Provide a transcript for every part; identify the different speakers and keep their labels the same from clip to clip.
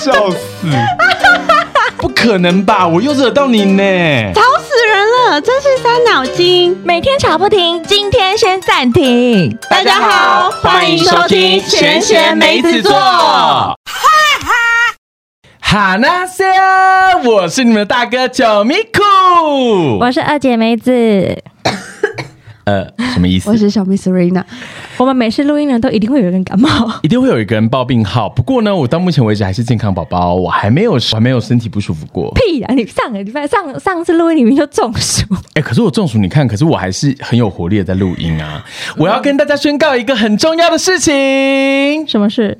Speaker 1: 笑死！不可能吧？我又惹到你呢！
Speaker 2: 吵死人了，真是伤脑筋。
Speaker 3: 每天吵不停，今天先暂停。
Speaker 2: 大家好欢迎收听
Speaker 3: 闲闲梅子座
Speaker 1: 哈那些，我是你们的大哥九米酷。
Speaker 3: 我是二姐梅子。
Speaker 1: 呃，什么意思
Speaker 2: 我？是小 Miss Rina，
Speaker 3: 我们每次录音呢，都一定会有人感冒。
Speaker 1: 一定会有一个人报病号，不过呢，我到目前为止还是健康宝宝，我还没有我还没有身体不舒服过。
Speaker 3: 屁呀！你上个礼拜上上次录音里面就中暑，
Speaker 1: 哎、可是我中暑，你看，可是我还是很有活力的在录音啊！我要跟大家宣告一个很重要的事情，哎、
Speaker 3: 什么事？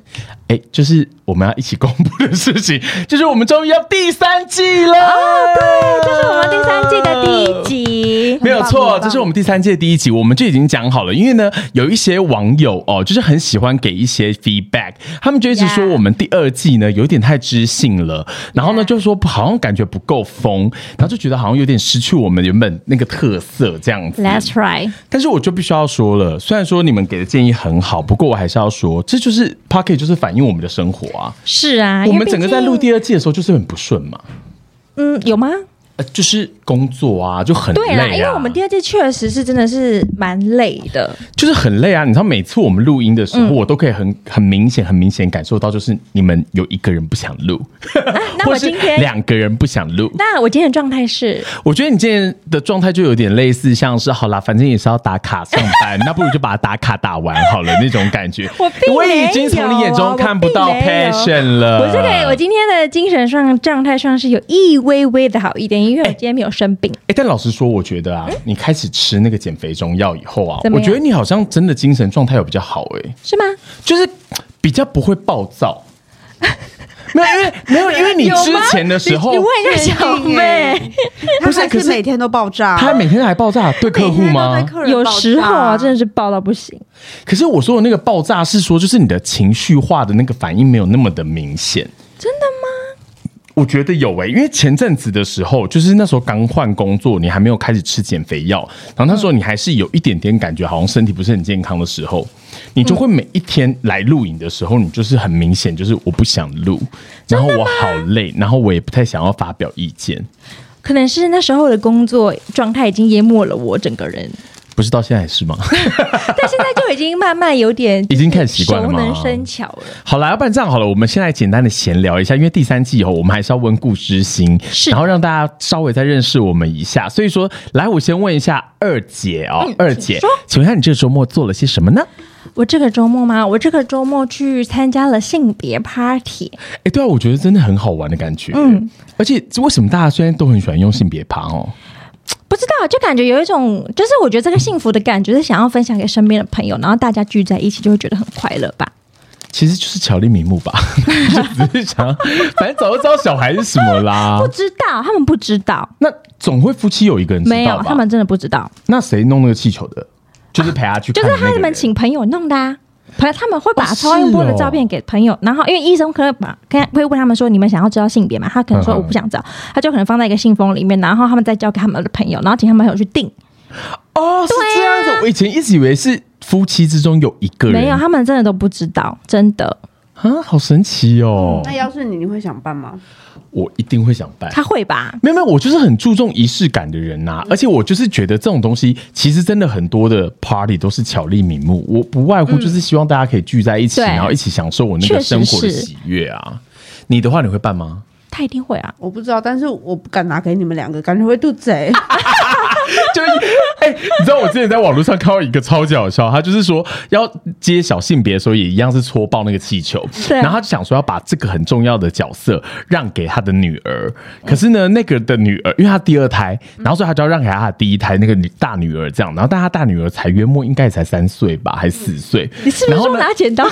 Speaker 1: 就是我们要一起公布的事情， 就是我们终于要第三季了。
Speaker 3: 哦，对，这是我们第三季的第一。集。
Speaker 1: 没有错，这是我们第三届第一集，我们就已经讲好了。因为呢，有一些网友哦，就是很喜欢给一些 feedback，他们就一直说
Speaker 3: Yeah
Speaker 1: 我们第二季呢有点太知性了，然后呢就说好像感觉不够疯，然后就觉得好像有点失去我们原本那个特色这样子。
Speaker 3: Let's try。
Speaker 1: 但是我就必须要说了，虽然说你们给的建议很好，不过我还是要说，这就是 Pocket 就是反映我们的生活啊。
Speaker 3: 是啊，
Speaker 1: 我
Speaker 3: 因为
Speaker 1: 们整个在录
Speaker 3: 毕竟
Speaker 1: 第二季的时候就是很不顺嘛，
Speaker 3: 嗯，有吗？
Speaker 1: 呃，就是工作啊，就很累、
Speaker 3: 对
Speaker 1: 啊。
Speaker 3: 啦，因为我们第二季确实是真的是蛮累的，
Speaker 1: 就是很累啊！你知道，每次我们录音的时
Speaker 3: 嗯
Speaker 1: 候，我都可以很很明显、很明显感受到，就是你们有一个人不想录，
Speaker 3: 那
Speaker 1: 或
Speaker 3: 我
Speaker 1: 是
Speaker 3: 今天
Speaker 1: 两个人不想录。
Speaker 3: 那我今天的状态是，
Speaker 1: 我觉得你今天的状态就有点类似，像是好啦，反正也是要打卡上班，那不如就把打卡打完好了那种感觉。
Speaker 3: 我并
Speaker 1: 我
Speaker 3: 没
Speaker 1: 已经从你眼
Speaker 3: 有啊
Speaker 1: 中
Speaker 3: 我
Speaker 1: 看不
Speaker 3: 并
Speaker 1: 到
Speaker 3: 没有
Speaker 1: passion 了。
Speaker 3: 我这个我今天的精神上状态上是有一微微的好一点，因为我今天没有生病。
Speaker 1: 哎、但老实说，我觉得啊，你开始吃那个减肥中药以后啊
Speaker 3: 嗯怎，么
Speaker 1: 我
Speaker 3: 样
Speaker 1: 觉得你好像真的精神状态有比较好哎、
Speaker 3: 是吗？
Speaker 1: 就是比较不会暴躁。 没有，因为没有，因为你之前的时候
Speaker 3: 你，问一下小妹，
Speaker 1: 不
Speaker 2: 他
Speaker 1: 是
Speaker 2: 还
Speaker 1: 可
Speaker 2: 是
Speaker 1: 是
Speaker 2: 每天都爆炸，
Speaker 1: 他每天还爆炸对客户吗
Speaker 2: 每天都对？客人
Speaker 3: 有
Speaker 2: 爆炸
Speaker 3: 时候啊，真的是爆到不行。
Speaker 1: 可是我说的那个爆炸是说，就是你的情绪化的那个反应没有那么的明显。
Speaker 3: 真的吗？
Speaker 1: 我觉得有诶、因为前阵子的时候，就是那时候刚换工作，你还没有开始吃减肥药，然后那时候你还是有一点点感觉好像身体不是很健康的时候，你就会每一天来录影的时候，你就是很明显就是我不想录，然后我好累，然后我也不太想要发表意见。
Speaker 3: 可能是那时候的工作状态已经淹没了我整个 人，
Speaker 1: 不是到现在还是吗？
Speaker 3: 但现在就已经慢慢有点
Speaker 1: 已经开始习惯了
Speaker 3: 熟
Speaker 1: 吗
Speaker 3: 能生巧了。
Speaker 1: 好啦，要不然这样好了，我们先来简单的闲聊一下，因为第三季以后我们还是要温故知新，
Speaker 3: 是
Speaker 1: 然后让大家稍微再认识我们一下。所以说，来，我先问一下二姐哦，二姐
Speaker 3: 嗯请说，
Speaker 1: 请问一下你这个周末做了些什么呢？
Speaker 3: 我这个周末吗？我这个周末去参加了性别 party，
Speaker 1: 哎，对啊，我觉得真的很好玩的感觉，嗯，而且为什么大家现在都很喜欢用性别趴哦？
Speaker 3: 不知道就感觉有一种，就是我觉得这个幸福的感觉是想要分享给身边的朋友，然后大家聚在一起就会觉得很快乐吧。
Speaker 1: 其实就是巧立名目吧， 就只是想要，反正早就知道小孩是什么啦
Speaker 3: 不。知道，他们不知道，
Speaker 1: 那总会夫妻有一个人知
Speaker 3: 没
Speaker 1: 道
Speaker 3: 有，啊
Speaker 1: 吧？
Speaker 3: 他们真的不知道，
Speaker 1: 那谁弄那个气球的？就是陪他去
Speaker 3: 就
Speaker 1: 看、
Speaker 3: 是
Speaker 1: 那个人
Speaker 3: 他们请朋友弄的啊。朋友他们会把
Speaker 1: 哦是
Speaker 3: 超音波的
Speaker 1: 哦
Speaker 3: 照片给朋友，然后因为医生可能把跟会问他们说你们想要知道性别嘛？他可能说
Speaker 1: 嗯嗯
Speaker 3: 我不想知道，他就可能放在一个信封里面，然后他们再交给他们的朋友，然后请他们朋友去订。
Speaker 1: 哦，是
Speaker 3: 啊
Speaker 1: 这样子。我以前一直以为是夫妻之中有一个人，
Speaker 3: 没有，他们真的都不知道，真的。
Speaker 1: 啊，好神奇哦！
Speaker 2: 那要是你，你会想办吗？
Speaker 1: 我一定会想办。
Speaker 3: 哎他嗯会吧？
Speaker 1: 没有没有，我就是很注重仪式感的人呐、而且我就是觉得这种东西，其实真的很多的 party 都是巧立名目，我不外乎就是希望大家可以聚在一起，
Speaker 3: 嗯对
Speaker 1: 然后一起享受我那个
Speaker 3: 确实
Speaker 1: 生活的
Speaker 3: 是
Speaker 1: 喜悦啊。你的话，你会办吗？
Speaker 3: 他一定会啊！
Speaker 2: 我不知道，但是我不敢拿给你们两个，感觉会肚贼。
Speaker 1: 就是，哎、你知道我之前在网络上看到一个超级好笑，他就是说要揭晓性别的时候，也一样是戳爆那个气球，
Speaker 3: 对
Speaker 1: 然后他就想说要把这个很重要的角色让给他的女儿，可是呢，那个的女儿，因为她第二胎，然后所以他就要让给他的第一胎那个女大女儿这样，然后但他大女儿才约莫应该也才三岁吧，还是四岁，
Speaker 3: 你是不是
Speaker 1: 然后
Speaker 3: 说
Speaker 1: 呢
Speaker 3: 拿剪刀？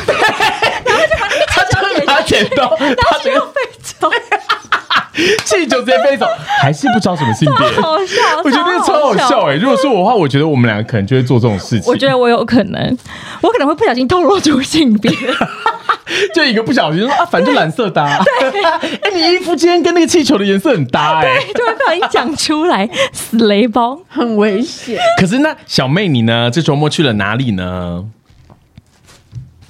Speaker 1: 他就拿剪刀，他这个
Speaker 3: 被抽，
Speaker 1: 气球直接飞走，还是不知道什么性别。
Speaker 3: 好笑，哦
Speaker 1: 我觉得那个超好笑哎、如果是我的话，我觉得我们两个可能就会做这种事情。
Speaker 3: 我觉得我有可能，我可能会不小心透露出性别。
Speaker 1: 就一个不小心说啊，反正就蓝色搭、哎、你衣服今天跟那个气球的颜色很搭
Speaker 2: 啊
Speaker 1: 哎、
Speaker 3: 就会不小心讲出来，死雷包。
Speaker 2: 很危险。
Speaker 1: 可是那小妹你呢？这周末去了哪里呢？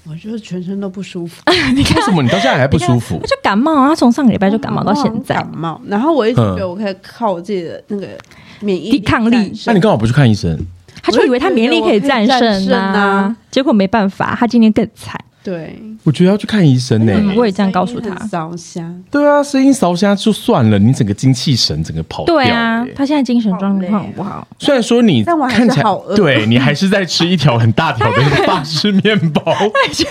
Speaker 2: 我就是全身都不舒服，
Speaker 3: 你看
Speaker 1: 为什么你到现在还不舒服哦
Speaker 3: 他？就感冒啊，他从上个礼拜就 感冒到现在
Speaker 2: 感，冒。然后我一直
Speaker 1: 嗯
Speaker 2: 觉得我可以靠我自己的那个免疫
Speaker 3: 抵抗力
Speaker 2: 战胜
Speaker 1: 那你刚好不去看医生？
Speaker 3: 他就以为他免疫力可以战
Speaker 2: 我就觉得我可以战
Speaker 3: 胜
Speaker 2: 胜
Speaker 3: 啊
Speaker 2: 啊，
Speaker 3: 结果没办法，他今天更惨。
Speaker 2: 对，
Speaker 1: 我觉得要去看医生呢、
Speaker 3: 嗯我也这样告诉他
Speaker 2: 很烧香，
Speaker 1: 对啊，声音烧瞎就算了，你整个精气神整个跑掉、
Speaker 3: 对啊
Speaker 1: 欸，
Speaker 3: 他现在精神状况
Speaker 2: 好累
Speaker 3: 很
Speaker 2: 啊
Speaker 3: 不好。
Speaker 1: 虽然说你
Speaker 2: 但我还是
Speaker 1: 看起来
Speaker 2: 好饿
Speaker 1: 对你还是在吃一条很大条的 法式面 包。
Speaker 3: 那就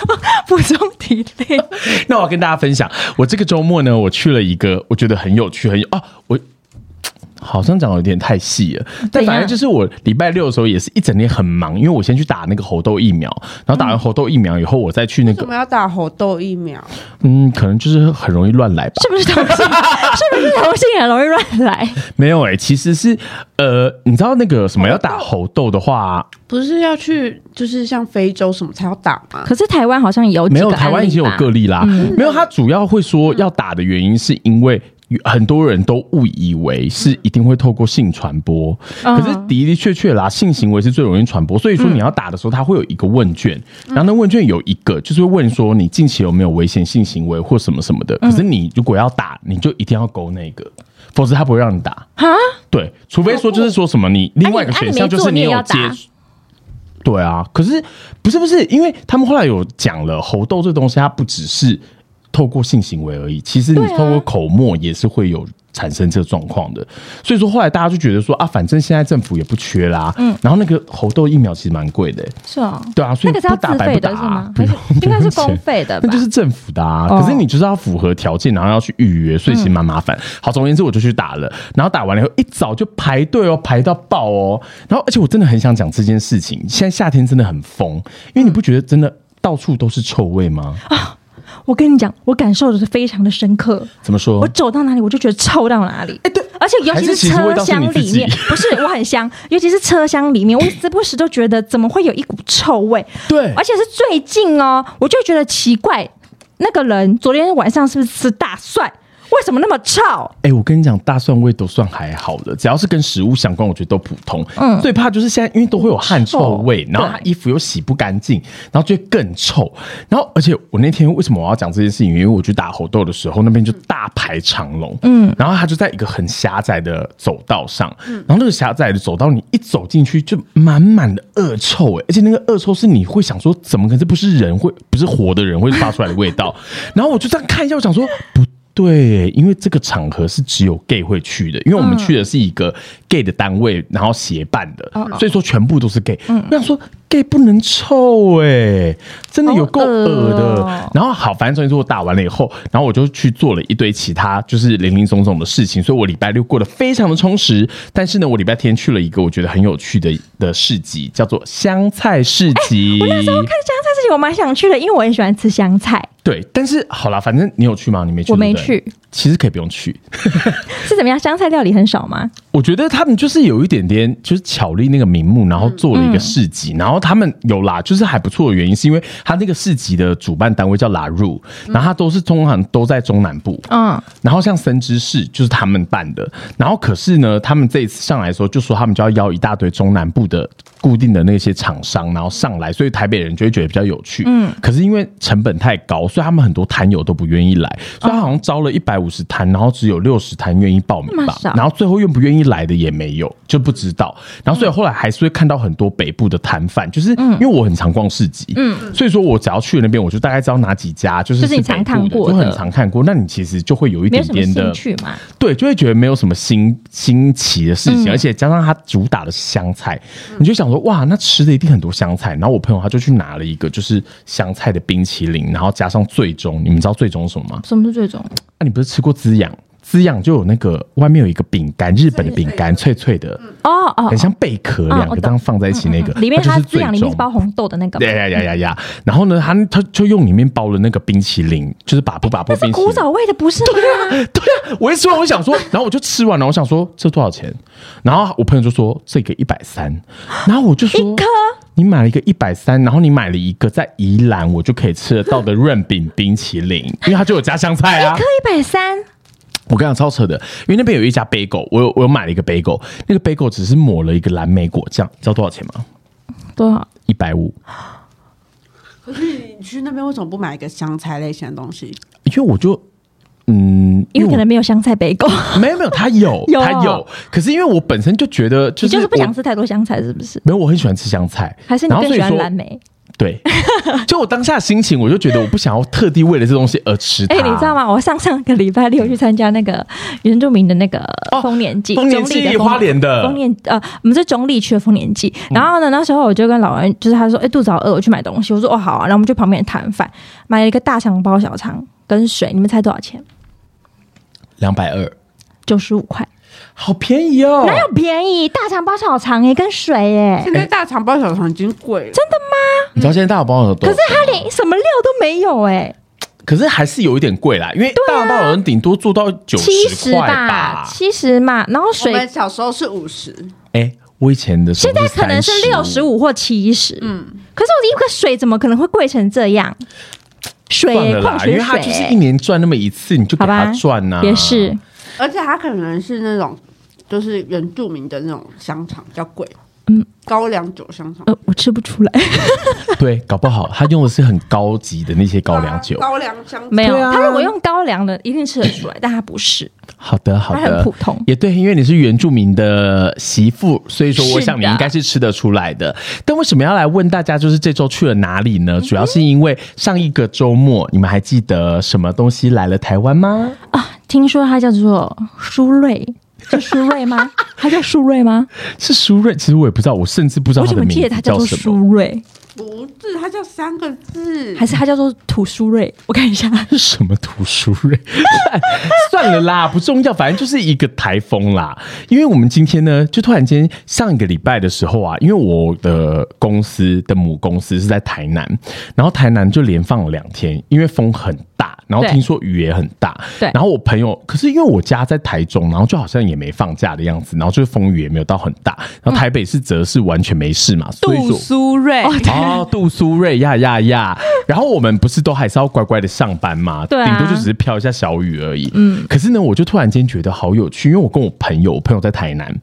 Speaker 3: 补充体力，
Speaker 1: 那我要跟大家分享，我这个周末呢，我去了一个我觉得很有趣、很有啊，我好像讲得有点太细了，但反正就是我礼拜六的时候也是一整天很忙，因为我先去打那个猴痘疫苗，然后打完猴痘疫苗以后，我再去那
Speaker 2: 为什
Speaker 1: 个
Speaker 2: 么要打猴痘疫苗？
Speaker 1: 嗯，可能就是很容易乱来吧。
Speaker 3: 是不是同性？ 是不是同性也容易乱来？
Speaker 1: 没有哎、其实是呃，你知道那个什么要打猴痘的话，
Speaker 2: 不是要去就是像非洲什么才要打吗？
Speaker 3: 可是台湾好像有几
Speaker 1: 没
Speaker 3: 个
Speaker 1: 有台湾已经有个
Speaker 3: 例
Speaker 1: 例啦，没有。他主要会说要打的原因是因为。很多人都误以为是一定会透过性传播，
Speaker 3: 嗯
Speaker 1: 可是的的确确啦，性行为是最容易传播，所以说你要打的时候，它会有一个问卷，然
Speaker 3: 嗯
Speaker 1: 后那问卷有一个就是会问说你近期有没有危险性行为或什么什么的，
Speaker 3: 嗯
Speaker 1: 可是你如果要打，你就一定要勾那个，否则他不会让你打。
Speaker 3: 哈，啊
Speaker 1: 对，除非说就是说什么你另外一个选项就是有接
Speaker 3: 啊你啊你没做你也要打
Speaker 1: 触。对啊，可是不是不是，因为他们后来有讲了，猴痘这东西它不只是透过性行为而已，其实你
Speaker 3: 对啊
Speaker 1: 透过口沫也是会有产生这状况的。所以说后来大家就觉得说啊，反正现在政府也不缺啦，嗯，然后那个猴痘疫苗其实蛮贵的、
Speaker 3: 是哦，
Speaker 1: 对啊，所
Speaker 3: 那
Speaker 1: 以
Speaker 3: 个是要
Speaker 1: 不打
Speaker 3: 自
Speaker 1: 白不
Speaker 3: 费
Speaker 1: 打
Speaker 3: 的
Speaker 1: 啊、
Speaker 3: 是吗？
Speaker 1: 不
Speaker 3: 还
Speaker 1: 用
Speaker 3: 是应该是
Speaker 1: 不用
Speaker 3: 公
Speaker 1: 钱
Speaker 3: 费的 吧
Speaker 1: 那？就是政府的啊。
Speaker 3: 哦
Speaker 1: 可是你就是要符合条件，然后要去预约，所以其实蛮麻烦。好，总而言之，我就去打了，然后打完了以后一早就排队哦，排到爆哦。然后，而且我真的很想讲这件事情，现在夏天真的很疯，因为你不觉得真的到处都是臭味吗？
Speaker 3: 我跟你讲，我感受的是非常的深刻。
Speaker 1: 怎么说
Speaker 3: 我？走到哪里，我就觉得臭到哪里。哎，对，而且尤
Speaker 1: 哦还是其实味
Speaker 3: 车
Speaker 1: 道是
Speaker 3: 厢
Speaker 1: 你自
Speaker 3: 里
Speaker 1: 己
Speaker 3: 面， 不是我很香，尤其是车厢里面，我时不时都觉得怎么会有一股臭味，
Speaker 1: 对
Speaker 3: 而且是最近哦，我就觉得奇怪，那个人昨天晚上是不是吃大蒜？为什么那么臭？
Speaker 1: 哎、我跟你讲，大蒜味都算还好的，只要是跟食物相关，我觉得都普通。
Speaker 3: 嗯
Speaker 1: 最怕就是现在因为都会有汗臭味，
Speaker 3: 臭
Speaker 1: 然后他衣服又洗不干净，然后就会更臭。然后，而且我那天为什么我要讲这件事情？因为我去打猴痘的时候，那边就大排长龙。嗯，然后他就在一个很狭窄的走道上，然后那个狭窄的走道，你一走进去就满满的恶臭、哎，而且那个恶臭是你会想说，怎么可能这不是人会，不是活的人会发出来的味道？然后我就这样看一下，我想说不对，因为这个场合是只有 gay 会去的，因为我们去的是一个 gay 的单位，然后协办的，
Speaker 3: 哦
Speaker 1: 所以说全部都是 gay。我
Speaker 3: 嗯
Speaker 1: 想说 gay 不能臭哎、真的有够恶的。
Speaker 3: 好恶哦
Speaker 1: 然后好，反正总之我打完了以后，然后我就去做了一堆其他就是零零总总的事情，所以我礼拜六过得非常的充实。但是呢，我礼拜天去了一个我觉得很有趣的的市集，叫做香菜市
Speaker 3: 哦
Speaker 1: 集。
Speaker 3: 看香菜事情我蛮想去的，因为我很喜欢吃香菜。
Speaker 1: 对，但是好啦，反正你有去吗？你没去，
Speaker 3: 我没
Speaker 1: 对不对
Speaker 3: 去。
Speaker 1: 其实可以不用去，
Speaker 3: 是怎么样？香菜料理很少吗？
Speaker 1: 我觉得他们就是有一点点，就是巧立那个名目，然后做了一个市集，然后他们有啦，就是还不错的原因，是因为他那个市集的主办单位叫拉入，然后他都是通常都在中南部，
Speaker 3: 嗯，
Speaker 1: 然后像森之市就是他们办的，然后可是呢，他们这一次上来的时候就说他们就要邀一大堆中南部的固定的那些厂商，然后上来，所以台北人就会觉得比较有趣。嗯，可是因为成本太高，所以他们很多摊友都不愿意来，所以他好像招了一百五十摊，然后只有六十摊愿意报名
Speaker 3: 那么
Speaker 1: 吧，
Speaker 3: 少
Speaker 1: 然后最后愿不愿意来的也没有，就不知道。然后
Speaker 3: 嗯
Speaker 1: 所以后来还是会看到很多北部的摊贩，就是因为我很常逛市集，嗯，所以说我只要去那边，我就大概知道哪几家就是
Speaker 3: 就是你
Speaker 1: 是北
Speaker 3: 常看
Speaker 1: 部的，
Speaker 3: 过
Speaker 1: 就很
Speaker 3: 的
Speaker 1: 常看过。那你其实就会有一
Speaker 3: 没
Speaker 1: 点
Speaker 3: 有什么
Speaker 1: 点
Speaker 3: 兴
Speaker 1: 的，
Speaker 3: 趣嘛。
Speaker 1: 对，就会觉得没有什么新新奇的事情，
Speaker 3: 嗯
Speaker 1: 而且加上它主打的是香菜，你就想说哇，那吃的一定很多香菜。然后我朋友他就去拿了一个就是香菜的冰淇淋，然后加上最终，你们知道最终是什么吗？
Speaker 3: 什么是最终？
Speaker 1: 啊，你不是吃过滋养？滋养就有那个外面有一个饼干，日本的饼干，脆脆的，
Speaker 3: 哦哦
Speaker 1: 很，像贝壳，
Speaker 3: 啊
Speaker 1: 两
Speaker 3: 我
Speaker 1: 个
Speaker 3: 懂嗯
Speaker 1: 当放在一起那个，
Speaker 3: 里面
Speaker 1: 它
Speaker 3: 它
Speaker 1: 就是
Speaker 3: 滋
Speaker 1: 最
Speaker 3: 养里面
Speaker 1: 终
Speaker 3: 是包红豆的那个吗，
Speaker 1: 呀呀呀呀呀！然后呢，他他就用里面包了那个冰淇淋，就是把布把布
Speaker 3: 那哎是
Speaker 1: 冰淇
Speaker 3: 古
Speaker 1: 淋。
Speaker 3: 早味的，不是吗？
Speaker 1: 对啊，我一吃完我想说， 然后我就吃完了，我想说这多少钱？然后我朋友就说这个一百三，然后我就说
Speaker 3: 一颗
Speaker 1: 你买了一个一百三，然后你买了一个在宜兰我就可以吃得到的 润饼冰淇淋，因为它就有加香菜啊
Speaker 3: 一颗。一百三，
Speaker 1: 我跟你讲超扯的，因为那边有一家 bagel，我有我有买了一个 bagel，那个 bagel 只是啊抹了一个蓝莓果酱，知道多少钱吗？
Speaker 3: 多少？
Speaker 1: 一百五。
Speaker 2: 可是你去那边为什么不买一个香菜类型的东西？
Speaker 1: 因为我就嗯，
Speaker 3: 因为可
Speaker 1: 我
Speaker 3: 能没有香菜北狗，
Speaker 1: 没有没有，他有
Speaker 3: 有啊
Speaker 1: 他有，可是因为我本身就觉得就
Speaker 3: 你
Speaker 1: 是
Speaker 3: 就是不
Speaker 1: 我
Speaker 3: 想吃太多香菜，是不是？
Speaker 1: 没有，我很喜欢吃香菜，
Speaker 3: 还是你
Speaker 1: 然后
Speaker 3: 更
Speaker 1: 所以
Speaker 3: 喜欢
Speaker 1: 说
Speaker 3: 蓝莓？
Speaker 1: 对，就我当下的心情，我就觉得我不想要特地为了这东西而吃它。
Speaker 3: 哎、你知道吗？我上上个礼拜六去参加那个原住民的那个
Speaker 1: 哦
Speaker 3: 丰年祭，
Speaker 1: 丰年
Speaker 3: 中立的
Speaker 1: 祭
Speaker 3: 丰
Speaker 1: 花莲的嗯
Speaker 3: 丰年呃，我们是中立区的丰年祭。然后呢，那时候我就跟老人，就是他说，哎、肚子好饿，我去买东西。我说哦好啊，然后我们去旁边的摊贩买了一个大肠包小肠跟水，你们猜多少钱？
Speaker 1: 两百二，
Speaker 3: 九十五块，
Speaker 1: 好便宜哦！
Speaker 3: 哪有便宜？大肠包小肠哎、跟水哎、
Speaker 2: 现在大肠包小肠已经贵了，
Speaker 1: 你知道现在大包小多
Speaker 3: 可是他连什么料都没有哎、
Speaker 1: 可是还是有一点贵啦，因为大包小人顶多做到九
Speaker 3: 七十
Speaker 1: 十块
Speaker 3: 吧，啊七十嘛，然后
Speaker 2: 我
Speaker 3: 水
Speaker 2: 们小时候是五十，
Speaker 1: 哎、我以前的时候
Speaker 3: 现在可能是六十
Speaker 1: 五，
Speaker 3: 五或七十，嗯，可是我一个水怎么可能会贵成这样？水
Speaker 1: 算了
Speaker 3: 矿
Speaker 1: 啦，因
Speaker 3: 泉
Speaker 1: 为
Speaker 3: 水，
Speaker 1: 他就是一年赚那么一次，你就给
Speaker 3: 好吧
Speaker 1: 他赚啊呐、
Speaker 3: 也是，
Speaker 2: 而且它可能是那种就是原住民的那种香肠比较贵，
Speaker 3: 嗯
Speaker 2: 嗯，高粱酒香肠。
Speaker 3: 呃，我吃不 出来，
Speaker 1: 对，搞不好他用的是很高级的那些高粱酒。
Speaker 2: 高粱香肠
Speaker 3: 没有。
Speaker 1: 对啊
Speaker 3: 他如果用高粱的，一定吃得出来，但他不是，
Speaker 1: 好的，好
Speaker 3: 他
Speaker 1: 的
Speaker 3: 很普，通。
Speaker 1: 也对，因为你是原住民的媳妇，所以说我
Speaker 3: 是
Speaker 1: 想你
Speaker 3: 的
Speaker 1: 应该是吃得出来的。但为什么要来问大家，就是这周去了哪里
Speaker 3: 嗯
Speaker 1: 呢？主要是因为上一个周末，你们还记得什么东西来了台湾吗？
Speaker 3: 啊听说他叫做舒瑞，是舒瑞 吗？他叫舒瑞吗？
Speaker 1: 是苏瑞，其实我也不知道，我甚至不知道
Speaker 3: 我
Speaker 1: 他
Speaker 3: 怎
Speaker 1: 的
Speaker 3: 么
Speaker 1: 名
Speaker 3: 记得
Speaker 1: 字
Speaker 3: 他叫做
Speaker 1: 什么。
Speaker 3: 舒瑞，
Speaker 2: 不是，它叫三个字
Speaker 3: 还。是他叫做土舒瑞？我看一下，
Speaker 1: 是什么图书 瑞？算了啦，不重要，反正就是一个台风啦。因为我们今天呢，就突然间上一个礼拜的时候啊，因为我的公司的母公司是在台南，然后台南就连放了两天，因为风很大，然后
Speaker 3: 对
Speaker 1: 听说雨也很大，
Speaker 3: 对
Speaker 1: 然后我朋友，可是因为我家在台中，然后就好像也没放假的样子，然后就是风雨也没有到很大，然后台北市则是完全没事嘛，所以说。
Speaker 2: 苏芮，
Speaker 1: 哦，杜苏芮呀呀呀！然后我们不是都还是要乖乖的上班吗？
Speaker 3: 对啊
Speaker 1: 顶多就只是飘一下小雨而已。嗯，可是呢，我就突然间觉得好有趣，因为我跟我朋友，我朋友在台南，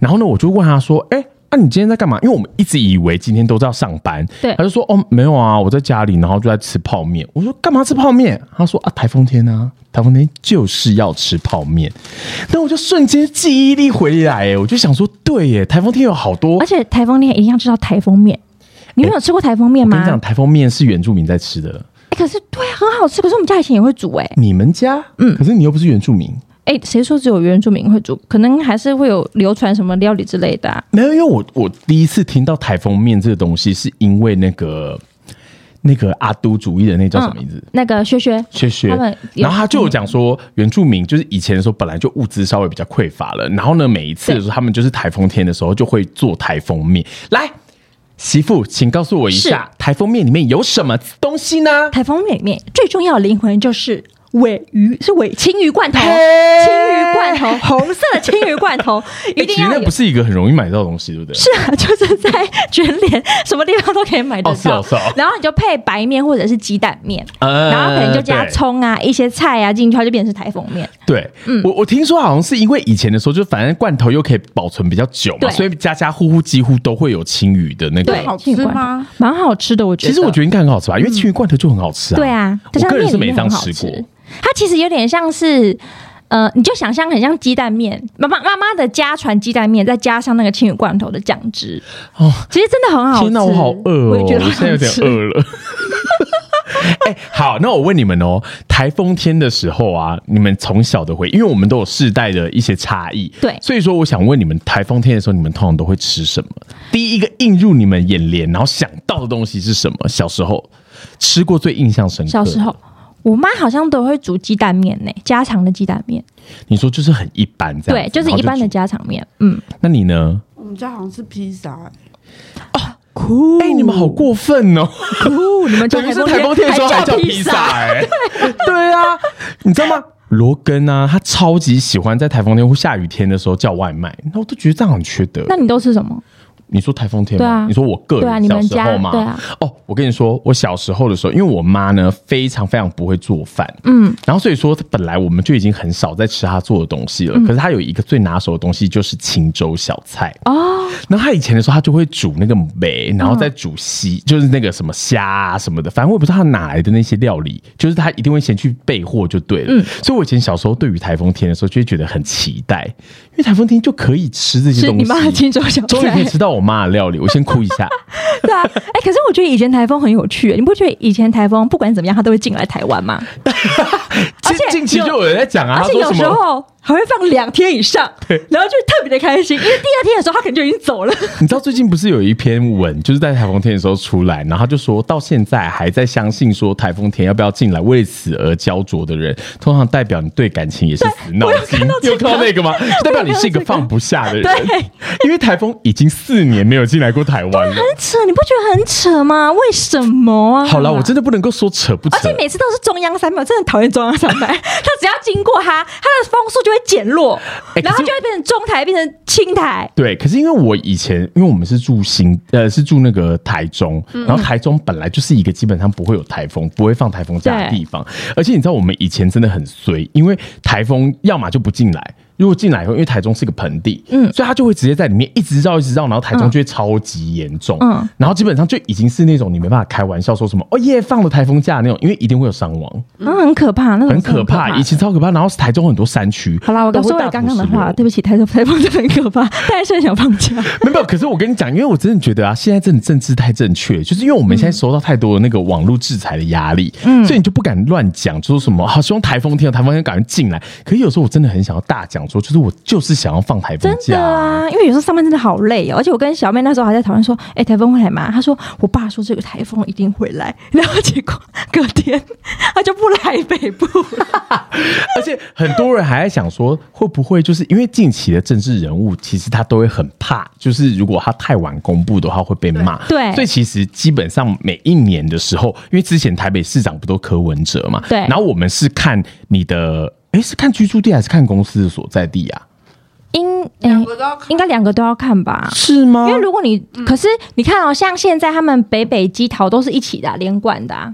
Speaker 1: 然后呢，我就问他说：“哎、那、你今天在干嘛？”因为我们一直以为今天都在上班，
Speaker 3: 对
Speaker 1: 他就说：“哦，没有啊，我在家里，然后就在吃泡面。”我说：“干嘛吃泡面？”他说：“啊，台风天啊，台风天就是要吃泡面。”但我就瞬间记忆力回来，哎我就想说，对耶，台风天有好多
Speaker 3: 而且台风天一定要吃到台风面。你们有吃过台风面
Speaker 1: 我
Speaker 3: 吗
Speaker 1: 跟你？讲，台风面是原住民在吃的。
Speaker 3: 哎可是对啊，很好吃。可是我们家以前也会煮哎、
Speaker 1: 你们家，嗯，可是你又不是原住民，
Speaker 3: 哎，谁说只有原住民会煮？可能还是会有流传什么料理之类的、啊。
Speaker 1: 没有，因为我我第一次听到台风面这个东西，是因为那个那个阿都主义的那叫什么名字？
Speaker 3: 嗯那个薛薛，
Speaker 1: 薛薛
Speaker 3: 他们，有
Speaker 1: 然嗯后他就有嗯讲说，原住民就是以前的时候本来就物资稍微比较匮乏了，然后呢，每一次的时候他们就是台风天的时候就会做台风面。来，媳妇，请告诉我一下，台风面里面有什么东西呢？
Speaker 3: 台风里面最重要的灵魂就是尾鱼，是尾青鱼罐头，青
Speaker 1: 嘿
Speaker 3: 鱼罐头，红色的青鱼罐头，一
Speaker 1: 哎其
Speaker 3: 定
Speaker 1: 实
Speaker 3: 要
Speaker 1: 那
Speaker 3: 有
Speaker 1: 不。是一个很容易买到的东西，对不对？
Speaker 3: 是啊，就是在全联什么地方都可以买得
Speaker 1: 哦是
Speaker 3: 到，
Speaker 1: 哦是哦
Speaker 3: 然后你就配白面或者是鸡蛋面，
Speaker 1: 呃
Speaker 3: 然后可能就加
Speaker 1: 对
Speaker 3: 葱啊、一些菜啊进去，它就变成台风面。
Speaker 1: 对，
Speaker 3: 嗯
Speaker 1: 我我听说好像是因为以前的时候，就反正罐头又可以保存比较久嘛，
Speaker 3: 对
Speaker 1: 所以家家户户几乎都会有青鱼的那个。
Speaker 3: 对，
Speaker 2: 好
Speaker 3: 青鱼
Speaker 2: 吃
Speaker 3: 罐头
Speaker 2: 吗？
Speaker 3: 蛮好吃的，我觉得。
Speaker 1: 其实我觉得应该很好吃吧，因为青鱼罐头就很好吃啊。
Speaker 3: 对啊，
Speaker 1: 我
Speaker 3: 就像
Speaker 1: 个人
Speaker 3: 面
Speaker 1: 是
Speaker 3: 里
Speaker 1: 没
Speaker 3: 面
Speaker 1: 这样
Speaker 3: 很好
Speaker 1: 吃过。
Speaker 3: 吃。它其实有点像是，呃，你就想象很像鸡蛋面，妈妈妈妈的家传鸡蛋面，再加上那个青鱼罐头的酱汁，
Speaker 1: 哦，
Speaker 3: 其实真的很好吃。
Speaker 1: 天哪，我好饿
Speaker 3: 我
Speaker 1: 哦！
Speaker 3: 也
Speaker 1: 我
Speaker 3: 觉得
Speaker 1: 现在有
Speaker 3: 很
Speaker 1: 点
Speaker 3: 好吃。
Speaker 1: 饿了。 哎、好，那我问你们哦，台风天的时候啊，你们从小的回忆，因为我们都有世代的一些差异，
Speaker 3: 对
Speaker 1: 所以说我想问你们，台风天的时候，你们通常都会吃什么？第一个映入你们眼帘，然后想到的东西是什么？小时候吃过最印象深刻，
Speaker 3: 小时候，我妈好像都会煮鸡蛋面呢、家常的鸡蛋面，
Speaker 1: 你说就是很一般这样
Speaker 3: 对
Speaker 1: 子，，
Speaker 3: 就是一般
Speaker 1: 然
Speaker 3: 的
Speaker 1: 后
Speaker 3: 家常面。嗯，
Speaker 1: 就煮。那你呢？
Speaker 2: 我们家好像是披萨、欸，
Speaker 3: 酷
Speaker 1: 哎、你们好过分哦！
Speaker 3: 酷，你们叫
Speaker 1: 等于是台风天的时候还叫披萨、哎，对啊，你知道吗？罗根啊，他超级喜欢在台风天或下雨天的时候叫外卖，那我都觉得这样很缺德。
Speaker 3: 那你都吃什么？
Speaker 1: 你说台风天吗？
Speaker 3: 对啊
Speaker 1: 你说我个
Speaker 3: 对啊
Speaker 1: 人
Speaker 3: 你
Speaker 1: 小
Speaker 3: 们
Speaker 1: 时
Speaker 3: 家
Speaker 1: 候嘛，
Speaker 3: 对啊
Speaker 1: 哦，我跟你说，我小时候的时候，因为我妈呢非常非常不会做饭，
Speaker 3: 嗯，
Speaker 1: 然后所以说本来我们就已经很少在吃她做的东西了，
Speaker 3: 嗯
Speaker 1: 可是她有一个最拿手的东西就是青州小菜
Speaker 3: 哦，
Speaker 1: 然后他以前的时候，他就会煮那个梅，然后再煮西，
Speaker 3: 嗯
Speaker 1: 就是那个什么虾啊什么的，反正我也不知道他哪来的那些料理，就是他一定会先去备货就对了。
Speaker 3: 嗯
Speaker 1: 所以我以前小时候对于台风天的时候，就会觉得很期待，因为台风天就可以吃这些
Speaker 3: 是
Speaker 1: 东
Speaker 3: 你妈的
Speaker 1: 西。
Speaker 3: 青州小
Speaker 1: 终于可以
Speaker 3: 菜，
Speaker 1: 吃到我妈的料理，我先哭一下。
Speaker 3: 对啊，哎、可是我觉得以前台风很有趣，你不觉得以前台风不管怎么样，它都会进来台湾吗？
Speaker 1: 近
Speaker 3: 而且
Speaker 1: 近期就有人在讲啊，
Speaker 3: 而
Speaker 1: 他
Speaker 3: 且
Speaker 1: 说
Speaker 3: 有
Speaker 1: 什
Speaker 3: 时
Speaker 1: 么？
Speaker 3: 候还会放两天以上，然后就特别的开心，因为第二天的时候它可能就已经走了。
Speaker 1: 你知道最近不是有一篇文，就是在台风天的时候出来，然后他就说到现在还在相信说台风天要不要进来，为此而焦灼的人，通常代表你对感情也是 死脑筋。你有看到那个吗？就代表你是一个放不下的人。
Speaker 3: 对，
Speaker 1: 因为台风已经四年没有进来过台湾了。
Speaker 3: 很扯，你不觉得很扯吗？为什么啊？
Speaker 1: 好了，我真的不能够说扯不
Speaker 3: 而且
Speaker 1: 扯。
Speaker 3: 每次都是中央山脉，我真的很讨厌中央山脉。它只要经过它，它的风速就会减弱，
Speaker 1: 哎可是
Speaker 3: 然后它就会变成中台，变成青台。
Speaker 1: 对，可是因为我以前，因为我们是住新，呃，是住那个台中，然后台中本来就是一个基本上不会有台风、不会放台风假的地方，而且你知道我们以前真的很衰，因为台风要么就不进来，如果进来以后，因为台中是个盆地，嗯，所以它就会直接在里面一直绕一直绕，然后台中就会超级严重，嗯
Speaker 3: 嗯，
Speaker 1: 然后基本上就已经是那种你没办法开玩笑说什么哦耶放了台风假那种，因为一定会有伤亡，
Speaker 3: 嗯，很可怕，那种
Speaker 1: 很可怕，以前超可怕，然后是台中很多山区，
Speaker 3: 好啦，我
Speaker 1: 都
Speaker 3: 刚
Speaker 1: 会
Speaker 3: 说
Speaker 1: 大
Speaker 3: 了刚刚的
Speaker 1: 土石流
Speaker 3: 话，对不起，台风台风真的很可怕，但是很想放假。
Speaker 1: 没有，可是我跟你讲，因为我真的觉得啊，现在真的政治太正确，就是因为我们现在收到太多的那个网络制裁的压力，
Speaker 3: 嗯
Speaker 1: 所以你就不敢乱讲，就说什么好、希望台风天，台风天赶快进来。可是有时候我真的很想要大讲说，就是我就是想要放台风
Speaker 3: 真
Speaker 1: 假
Speaker 3: 的，啊，因为有时候上班真的好累哦，而且我跟小妹那时候还在讨论说，哎、台风会来吗？她说我爸说这个台风一定会来， 然后结果隔天他就不来北部了。
Speaker 1: 而且很多人还在想说，会不会就是因为近期的政治人物，其实他都会很怕，就是如果他太晚公布的话会被骂。
Speaker 3: 对
Speaker 1: 所以其实基本上每一年的时候，因为之前台北市长不都柯文哲嘛，
Speaker 3: 对
Speaker 1: 然后我们是看你的，诶，是看居住地还是看公司的所在地啊？
Speaker 3: 应哎
Speaker 2: 两个都要看嗯
Speaker 3: 应该两个都要看吧。
Speaker 1: 是吗
Speaker 3: 因为如果你、可是你看哦，像现在他们北北基桃都是一起的啊、连贯的、啊，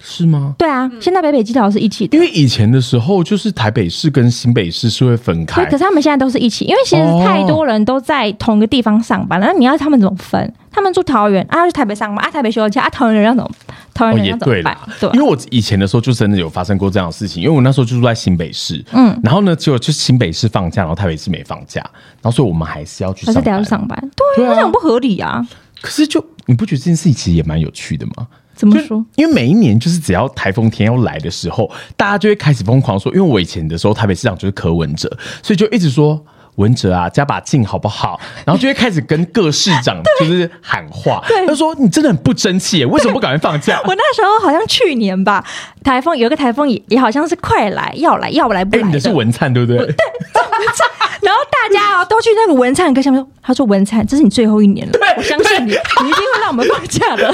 Speaker 1: 是吗？
Speaker 3: 对啊，现在北北基桃是一起的
Speaker 1: 因，为以前的时候，就是台北市跟新北市是会分
Speaker 3: 所以
Speaker 1: 开
Speaker 3: 可。是他们现在都是一起，因为其实
Speaker 1: 哦
Speaker 3: 太多人都在同一个地方上班了，那你要他们怎么分？他们住桃园啊，去台北上班啊，台北休假啊，桃园人要怎么桃园
Speaker 1: 哦，
Speaker 3: 人
Speaker 1: 也
Speaker 3: 要怎
Speaker 1: 对
Speaker 3: 么办
Speaker 1: 啦？，
Speaker 3: 对
Speaker 1: 哦
Speaker 3: 啊
Speaker 1: 因为我以前的时候就真的有发生过这样的事情，因为我那时候就住在新北市，嗯，然后呢，结果就新北市放假，然后台北市没放假，然后所以我们还是要去
Speaker 3: 还是
Speaker 1: 上
Speaker 3: 得要
Speaker 1: 班。
Speaker 3: 去上班，对
Speaker 1: 对啊
Speaker 3: 啊，这样不合理啊！
Speaker 1: 可是就你不觉得这件事情其实也蛮有趣的吗？
Speaker 3: 怎么
Speaker 1: 就
Speaker 3: 说？
Speaker 1: 因为每一年就是只要台风天要来的时候，大家就会开始疯狂说，因为我以前的时候台北市长就是柯文哲，所以就一直说。文哲啊，加把劲好不好？然后就会开始跟各市 长就是喊话，他说你真的很不争气耶，为什么不赶快放假？
Speaker 3: 我那时候好像去年吧，台风有一个台风也也好像是快来要来要来不
Speaker 1: 哎、
Speaker 3: 来
Speaker 1: 你的是文灿对不对？
Speaker 3: 然后大家哦都去那个文灿哥下面说，他说文灿，这是你最后一年了，我相信你，你一定会让我们放假的。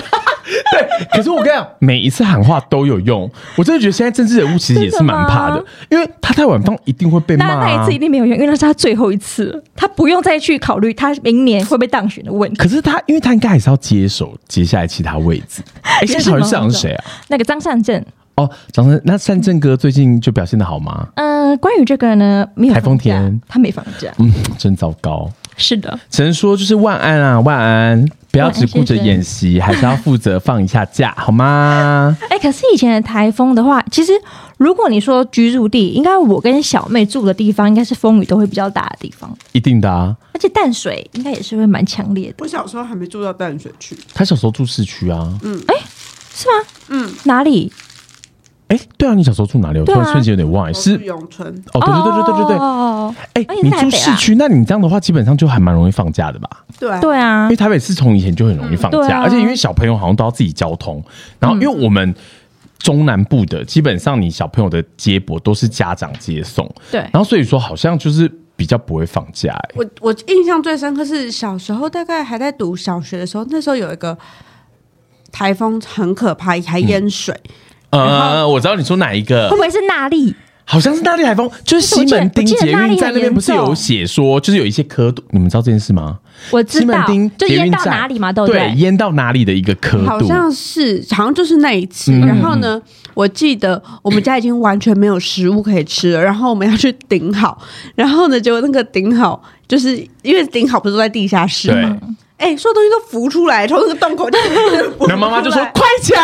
Speaker 1: 对， 可是我跟你讲，每一次喊话都有用。我真的觉得现在政治人物其实也是蛮怕的，
Speaker 3: 真的吗
Speaker 1: 因为他太晚放一定会被骂、
Speaker 3: 但那一
Speaker 1: 啊
Speaker 3: 次一。定没有用，因为那是他最后一次了，他不用再去考虑他明年会被当选的问题。
Speaker 1: 可是他，因为他应该还是要接手接下来其他位 置。哎、现在
Speaker 3: 是
Speaker 1: 好
Speaker 3: 吗
Speaker 1: 像市长是谁啊？
Speaker 3: 那个张善政，
Speaker 1: 哦，掌声。那善正哥最近就表现的好吗？
Speaker 3: 嗯、关于这个呢，没有
Speaker 1: 台风
Speaker 3: 放假
Speaker 1: 天
Speaker 3: 他没放假，
Speaker 1: 嗯，真糟糕。
Speaker 3: 是的，
Speaker 1: 只能说就是万安啊，万安，不要只顾着
Speaker 3: 万安先生
Speaker 1: 演习，还是要负责放一下假，好 吗？
Speaker 3: 哎、可是以前的台风的话，其实如果你说居住地，应该我跟小妹住的地方，应该是风雨都会比较大的地方，
Speaker 1: 一定的啊。
Speaker 3: 而且淡水应该也是会蛮强烈的，
Speaker 2: 我小时候还没住到淡水去，
Speaker 1: 他小时候住市区啊。
Speaker 3: 嗯是吗？嗯，哪里？
Speaker 1: 哎、对啊，你小时候住哪里？我突
Speaker 3: 对啊
Speaker 1: 然瞬间有点忘了，
Speaker 2: 我
Speaker 1: 是
Speaker 2: 住永春，
Speaker 1: 哦，对对对对对对对。
Speaker 3: 哦
Speaker 1: 哎、
Speaker 3: 哎
Speaker 1: 你
Speaker 3: 你是台
Speaker 1: 住
Speaker 3: 北
Speaker 1: 市
Speaker 3: 啊
Speaker 1: 区，那你这样的话，基本上就还蛮容易放假的吧？
Speaker 2: 对啊，
Speaker 3: 对啊
Speaker 1: 因为，台北市从以前就很容易放
Speaker 3: 嗯对
Speaker 1: 假，
Speaker 3: 啊嗯
Speaker 1: 而且因为小朋友好像都要自己交通，然后因为我们中南部的，基本上你小朋友的接驳都是家长接送，
Speaker 3: 对
Speaker 1: 然后所以说好像就是比较不会放假、欸，
Speaker 2: 我我印象最深刻是小时候，大概还在读小学的时候，那时候有一个台风很可怕，还淹水，然
Speaker 1: 呃，我知道你说哪一个
Speaker 3: 会不，会是那莉？
Speaker 1: 好像是大力海风，就是西门町捷运站那边不是有写说，就是有一些刻度，你们知道这件事吗？
Speaker 3: 我知
Speaker 1: 西门
Speaker 3: 道
Speaker 1: 町，
Speaker 3: 就
Speaker 1: 捷
Speaker 3: 淹
Speaker 1: 运
Speaker 3: 到
Speaker 1: 站
Speaker 3: 哪里嘛，对不
Speaker 1: 对，淹到哪里的一个刻
Speaker 2: 好
Speaker 1: 嗯度，嗯
Speaker 2: 像是，好像就是那一次。然后呢，我记得我们家已经完全没有食物可以吃了，然后我们要去顶好，然后呢，结果那个顶好，就是因为顶好不是都在地下室
Speaker 1: 对
Speaker 2: 吗？。哎，所有东西都浮出来，从那个洞口就 浮出来。
Speaker 1: 然后妈妈就说：“啊快抢！”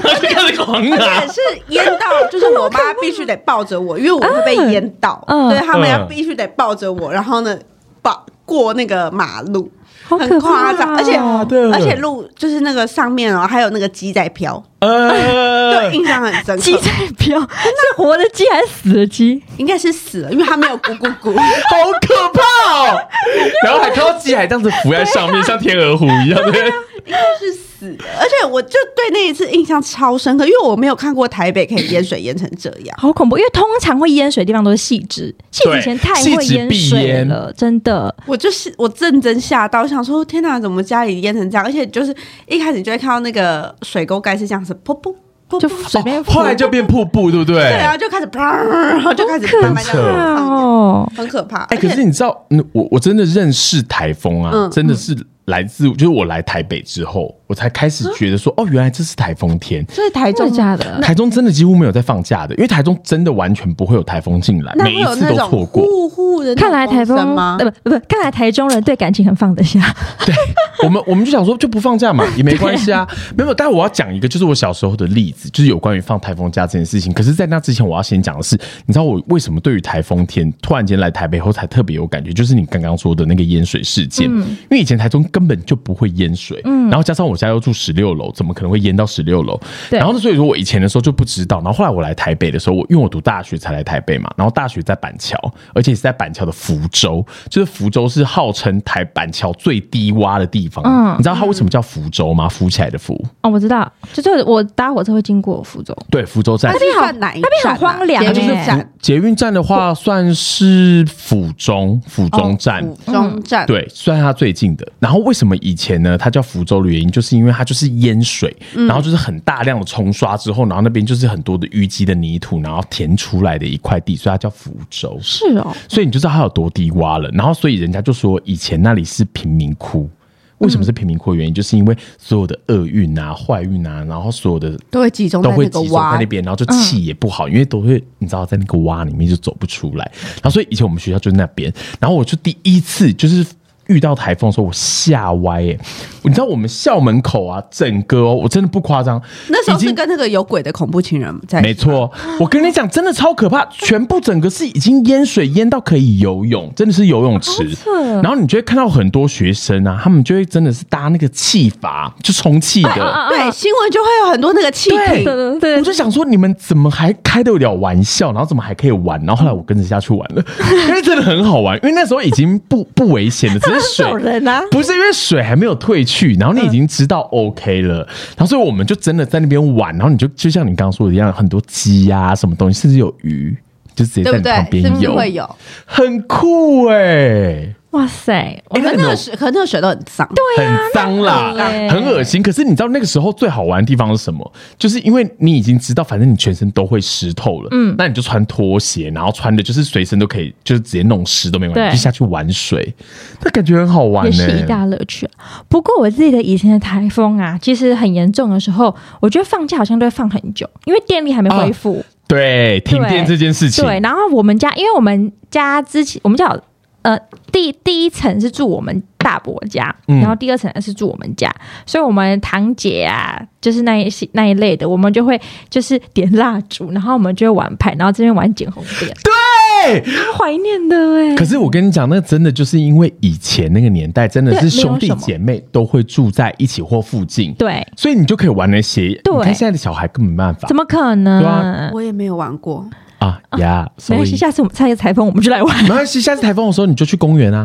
Speaker 1: 就开始狂
Speaker 2: 而
Speaker 1: 拿
Speaker 2: 且。是淹到，就是我妈必须得抱着我，因为我会被淹到，
Speaker 3: 嗯
Speaker 2: 对他们要
Speaker 1: 嗯
Speaker 2: 必须得抱着我，然后呢，把过那个马路，
Speaker 3: 好
Speaker 2: 很
Speaker 3: 可怕
Speaker 2: 夸
Speaker 3: 哦
Speaker 2: 张，而且
Speaker 1: 啊对
Speaker 2: 而且路就是那个上面哦，还有那个鸡在飘，
Speaker 1: 呃
Speaker 2: 对，，印象很深刻，
Speaker 3: 鸡在飘， 是活的鸡还是死的鸡？
Speaker 2: 应该是死了，因为它没有咕咕咕，
Speaker 1: 好可怕哦！ 然后还看到鸡还这样子浮在上面，像天鹅湖一样。对，
Speaker 2: 应该是死了，而且我就对那一次印象超深刻，因为我没有看过台北可以淹水淹成这样。
Speaker 3: 好恐怖！因为通常会淹水的地方都是细枝，细枝
Speaker 1: 对
Speaker 3: 以前太会
Speaker 1: 细枝
Speaker 3: 淹
Speaker 1: 必
Speaker 3: 水
Speaker 1: 淹
Speaker 3: 了，真的。
Speaker 2: 我就是我认真吓到，我想说天哪，怎么家里淹成这样？而且就是一开始就会看到那个水沟盖是这样子，噗噗噗噗，
Speaker 3: 就随便浮
Speaker 1: 哦后来就变瀑布，对不
Speaker 2: 对，啊
Speaker 1: 对
Speaker 2: 然？后就开始砰，然后就开始慢慢这
Speaker 1: 很
Speaker 2: 样
Speaker 1: 扯
Speaker 2: 上
Speaker 3: 哦，
Speaker 2: 很可怕。
Speaker 1: 哎、
Speaker 2: 而
Speaker 1: 可
Speaker 2: 且
Speaker 1: 是你知道，嗯，我我真的认识台风啊，
Speaker 2: 嗯
Speaker 1: 真的是来自，就是我来台北之后，我才开始觉
Speaker 2: 嗯
Speaker 1: 得说，哦，原来这是台风天。
Speaker 2: 所以台
Speaker 3: 真
Speaker 2: 中
Speaker 3: 的假的？
Speaker 1: 台中真的几乎没有在放假的，因为台中真的完全不会有台风进来，
Speaker 2: 那
Speaker 1: 每
Speaker 2: 会
Speaker 1: 一
Speaker 2: 有
Speaker 1: 次
Speaker 2: 那
Speaker 1: 都
Speaker 2: 种
Speaker 1: 错过。
Speaker 2: 呼呼的那种
Speaker 3: 看来台
Speaker 2: 风
Speaker 3: 风
Speaker 2: 声吗？
Speaker 3: 呃不不不，看来台中人对感情很放得下。
Speaker 1: 我们我们就想说就不放假嘛，也没关系啊。没有，但我要讲一个，就是我小时候的例子，就是有关于放台风假这件事情。可是，在那之前，我要先讲的是，你知道我为什么对于台风天突然间来台北后才特别有感觉，就是你刚刚说的那个淹水事件。因为以前台中根本就不会淹水，
Speaker 3: 嗯
Speaker 1: 然后加上我家又住十六楼，怎么可能会淹到十六楼？
Speaker 3: 对
Speaker 1: 然后呢，所以说我以前的时候就不知道。然后后来我来台北的时候，我因为我读大学才来台北嘛，然后大学在板桥，而且是在板桥的福州，就是福州是号称台板桥最低洼的地方。
Speaker 3: 嗯
Speaker 1: 你知道它为什么叫福州吗？浮起来的浮，
Speaker 3: 哦，我知道，就是我搭火车会经过福州，
Speaker 1: 对，福州站
Speaker 2: 那。边好哪一
Speaker 3: 那边很
Speaker 2: 站啊
Speaker 3: 荒凉
Speaker 2: 捷
Speaker 1: 它就是
Speaker 2: 运
Speaker 3: 欸
Speaker 1: 福
Speaker 2: 站，
Speaker 1: 捷运站的话，算是府中府中站，
Speaker 2: 哦府中站，
Speaker 1: 对，算是它最近的。然后为什么以前呢？它叫福州的原因，就是因为它就是淹水，然后就是很大量的冲刷之后，然后那边就是很多的淤积的泥土，然后填出来的一块地，所以它叫福州。
Speaker 3: 是哦，
Speaker 1: 所以你就知道它有多低洼了。然后，所以人家就说以前那里是贫民窟。为什么是贫民窟的原因，就是因为所有的厄运啊、坏运啊，然后所有的
Speaker 2: 都会集中在
Speaker 1: 都会
Speaker 2: 那个嗯
Speaker 1: 集中在那
Speaker 2: 洼。
Speaker 1: 边，然后就气也不好，因为都会你知道在那个洼里面就走不出来。然后所以以前我们学校就是那边，然后我就第一次就是。遇到台风的时候，我吓歪耶、你知道我们校门口啊，整个哦，我真的不夸张，
Speaker 2: 那时候
Speaker 1: 已经
Speaker 2: 是跟那个有鬼的恐怖情人在一起，
Speaker 1: 没错，我跟你讲，真的超可怕，全部整个是已经淹水淹到可以游泳，真的是游泳池
Speaker 3: 好扯。
Speaker 1: 然后你就会看到很多学生啊，他们就会真的是搭那个气阀，就充气
Speaker 2: 啊
Speaker 1: 的。
Speaker 2: 对，新闻就会有很多那个气
Speaker 1: 对
Speaker 2: 体，
Speaker 3: 啊对对
Speaker 1: 我就想说，你们怎么还开得了玩笑，然后怎么还可以玩？然后后来我跟着下去玩 了，因为真的很好玩，因为那时候已经不不危险了，只是 水
Speaker 3: 走人啊
Speaker 1: 不是因为水还没有退去，然后你已经知道
Speaker 2: 嗯
Speaker 1: OK 了，然后所以我们就真的在那边玩，然后你就就像你刚刚说的一样，很多鸡呀、什么东西，甚至有鱼，就直接
Speaker 2: 对
Speaker 1: 在
Speaker 2: 不
Speaker 1: 你旁
Speaker 2: 对？是
Speaker 1: 边
Speaker 2: 不是
Speaker 1: 游，
Speaker 2: 会有？
Speaker 1: 很酷哎、
Speaker 3: 哇塞，我
Speaker 1: 哎
Speaker 2: 可
Speaker 1: 那你
Speaker 2: 是那
Speaker 1: 有
Speaker 2: 个水，可是那个水都很脏。
Speaker 1: 很脏啦
Speaker 3: 啊那很恶，
Speaker 1: 很恶心。可是你知道那个时候最好玩的地方是什么？就是因为你已经知道，反正你全身都会湿透了，嗯，那你就穿拖鞋，然后穿的就是随身都可以，就是直接弄湿都没关系，
Speaker 3: 对
Speaker 1: 就下去玩水，那感觉很好玩欸
Speaker 3: 也
Speaker 1: 呢、
Speaker 3: 是一大乐趣啊、不过我记得以前的台风啊，其实很严重的时候，我觉得放假好像都会放很久，因为电力还没
Speaker 1: 啊
Speaker 3: 恢复。
Speaker 1: 对，停电这件事情，
Speaker 3: 对，然后我们家，因为我们家之前我们家有呃第第一层是住我们大伯家，
Speaker 1: 嗯
Speaker 3: 然后第二层是住我们家，所以我们堂姐啊，就是那一些那一类的，我们就会就是点蜡烛，然后我们就会玩牌，然后这边玩捡红点，
Speaker 1: 对
Speaker 3: 好怀念的哎、
Speaker 1: 可是我跟你讲，那真的就是因为以前那个年代，真的
Speaker 3: 对
Speaker 1: 是兄
Speaker 3: 没
Speaker 1: 弟
Speaker 3: 有什么
Speaker 1: 姐妹都会住在一起或附近，
Speaker 3: 对，
Speaker 1: 所以你就可以玩那些。
Speaker 3: 对
Speaker 1: 你看现在的小孩根本没办法
Speaker 3: 怎么可
Speaker 1: 对啊
Speaker 3: 能？
Speaker 2: 我也没有玩过，
Speaker 1: 啊呀，
Speaker 3: 没
Speaker 1: 所
Speaker 3: 关
Speaker 1: 以
Speaker 3: 系，下次我们下一个台风我们就来玩。
Speaker 1: 没关系，下次台风的时候你就去公 园啊。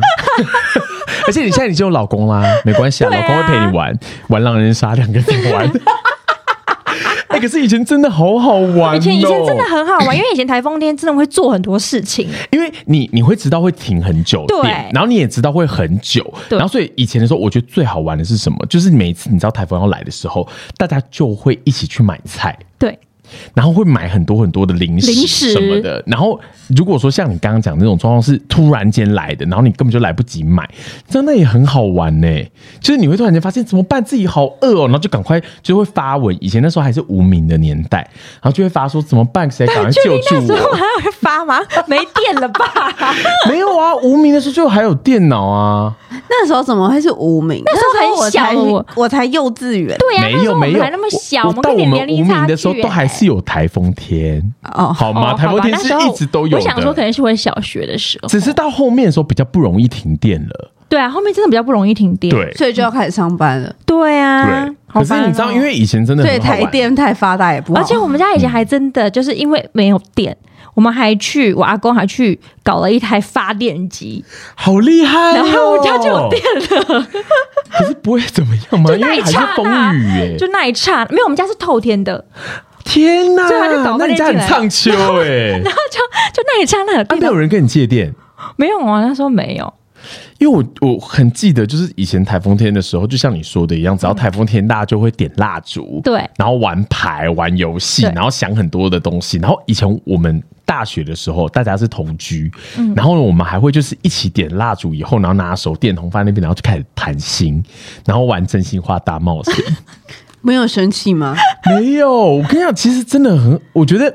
Speaker 1: 而且你现在已经有老公啦，没关系啊，
Speaker 3: 对
Speaker 1: 老
Speaker 3: 啊
Speaker 1: 公会陪你玩玩狼人杀，两个人 玩。哎、可是以前真的好好玩、哦，
Speaker 3: 以前以前真的很好 玩，因为以前台风天真的会做很多事情。
Speaker 1: 因为你你会知道会停很久
Speaker 3: 对
Speaker 1: 电，然后你也知道会很久，
Speaker 3: 对
Speaker 1: 然后所以以前的时候，我觉得最好玩的是什么？就是每一次你知道台风要来的时候，大家就会一起去买菜。
Speaker 3: 对，
Speaker 1: 然后会买很多很多的零
Speaker 3: 零
Speaker 1: 食
Speaker 3: 食
Speaker 1: 什么的。然后如果说像你刚刚讲的那种状况是突然间来的，然后你根本就来不及买，真的也很好玩呢、就是你会突然间发现怎么办，自己好饿哦，然后就赶快就会发文。以前那时候还是无名的年代，然后就会发说怎么办，谁赶 快
Speaker 3: 确
Speaker 1: 救
Speaker 3: 定
Speaker 1: 助
Speaker 3: 那时候
Speaker 1: 我？
Speaker 3: 还会发吗？没电了 吧？
Speaker 1: 没有啊，无名的时候就还有电脑啊，
Speaker 2: 那时候怎么会是无名？那
Speaker 3: 时候
Speaker 2: 我
Speaker 3: 很小
Speaker 2: 才
Speaker 3: 我
Speaker 2: 啊我才幼稚园
Speaker 3: 对呀、啊，
Speaker 1: 没有
Speaker 3: 那时候我
Speaker 1: 没
Speaker 3: 们
Speaker 1: 有，
Speaker 3: 还那么小，
Speaker 1: 我
Speaker 3: 们
Speaker 1: 到
Speaker 3: 跟
Speaker 1: 我
Speaker 3: 你
Speaker 1: 们
Speaker 3: 年
Speaker 1: 无
Speaker 3: 龄
Speaker 1: 名
Speaker 3: 差
Speaker 1: 的
Speaker 3: 距
Speaker 1: 时候
Speaker 3: 耶
Speaker 1: 都还是有台风天，
Speaker 2: 哦。
Speaker 1: 好
Speaker 3: 欸哦
Speaker 1: 吗？
Speaker 3: 好吧
Speaker 1: 台风天是
Speaker 3: 那时候
Speaker 1: 一直都有
Speaker 3: 我想说，可
Speaker 1: 的。
Speaker 3: 能是我小学的时候，
Speaker 1: 只是到后面的时候比较不容易停电了，
Speaker 3: 对啊，后面真的比较不容易停电。
Speaker 1: 对
Speaker 2: 所以就要开始上班了，
Speaker 3: 对啊，
Speaker 1: 对。
Speaker 3: 好
Speaker 1: 可是
Speaker 3: 烦
Speaker 1: 你知道，
Speaker 3: 哦
Speaker 1: 因为以前真的
Speaker 2: 所
Speaker 1: 很
Speaker 2: 以
Speaker 1: 好玩
Speaker 2: 台电太发达也不好。
Speaker 3: 而且我们家以前还真的就是因为没有电，我们还去我阿公还去搞了一台发电机，
Speaker 1: 好厉害、哦，
Speaker 3: 然后我家就有电
Speaker 1: 可是不会怎么样吗？
Speaker 3: 就
Speaker 1: 因
Speaker 3: 那
Speaker 1: 为
Speaker 3: 一
Speaker 1: 还是
Speaker 3: 刹那
Speaker 1: 风雨耶、
Speaker 3: 就那一刹，没有，我们家是透 天的，
Speaker 1: 天哪！
Speaker 3: 所以他就搞
Speaker 1: 那
Speaker 3: 饭
Speaker 1: 你家
Speaker 3: 店
Speaker 1: 很
Speaker 3: 进来
Speaker 1: 畅秋哎、
Speaker 3: 然后就就那一刹那有
Speaker 1: 啊，
Speaker 3: 电
Speaker 1: 没
Speaker 3: 脑，
Speaker 1: 有人跟你借电。
Speaker 3: 没有啊，那时候没有，
Speaker 1: 因为我我很记得，就是以前台风天的时候，就像你说的一样，只要台风天，大家就会点蜡烛，
Speaker 3: 对
Speaker 1: 然后玩牌、玩游戏，
Speaker 3: 对
Speaker 1: 然后想很多的东西。然后以前我们大学的时候，大家是同居，
Speaker 3: 嗯
Speaker 1: 然后呢，我们还会就是一起点蜡烛，以后然后拿手电筒放在那边，然后就开始谈心，然后玩真心话大冒险。
Speaker 2: 没有生气吗？
Speaker 1: 没有，我跟你讲，其实真的很，我觉得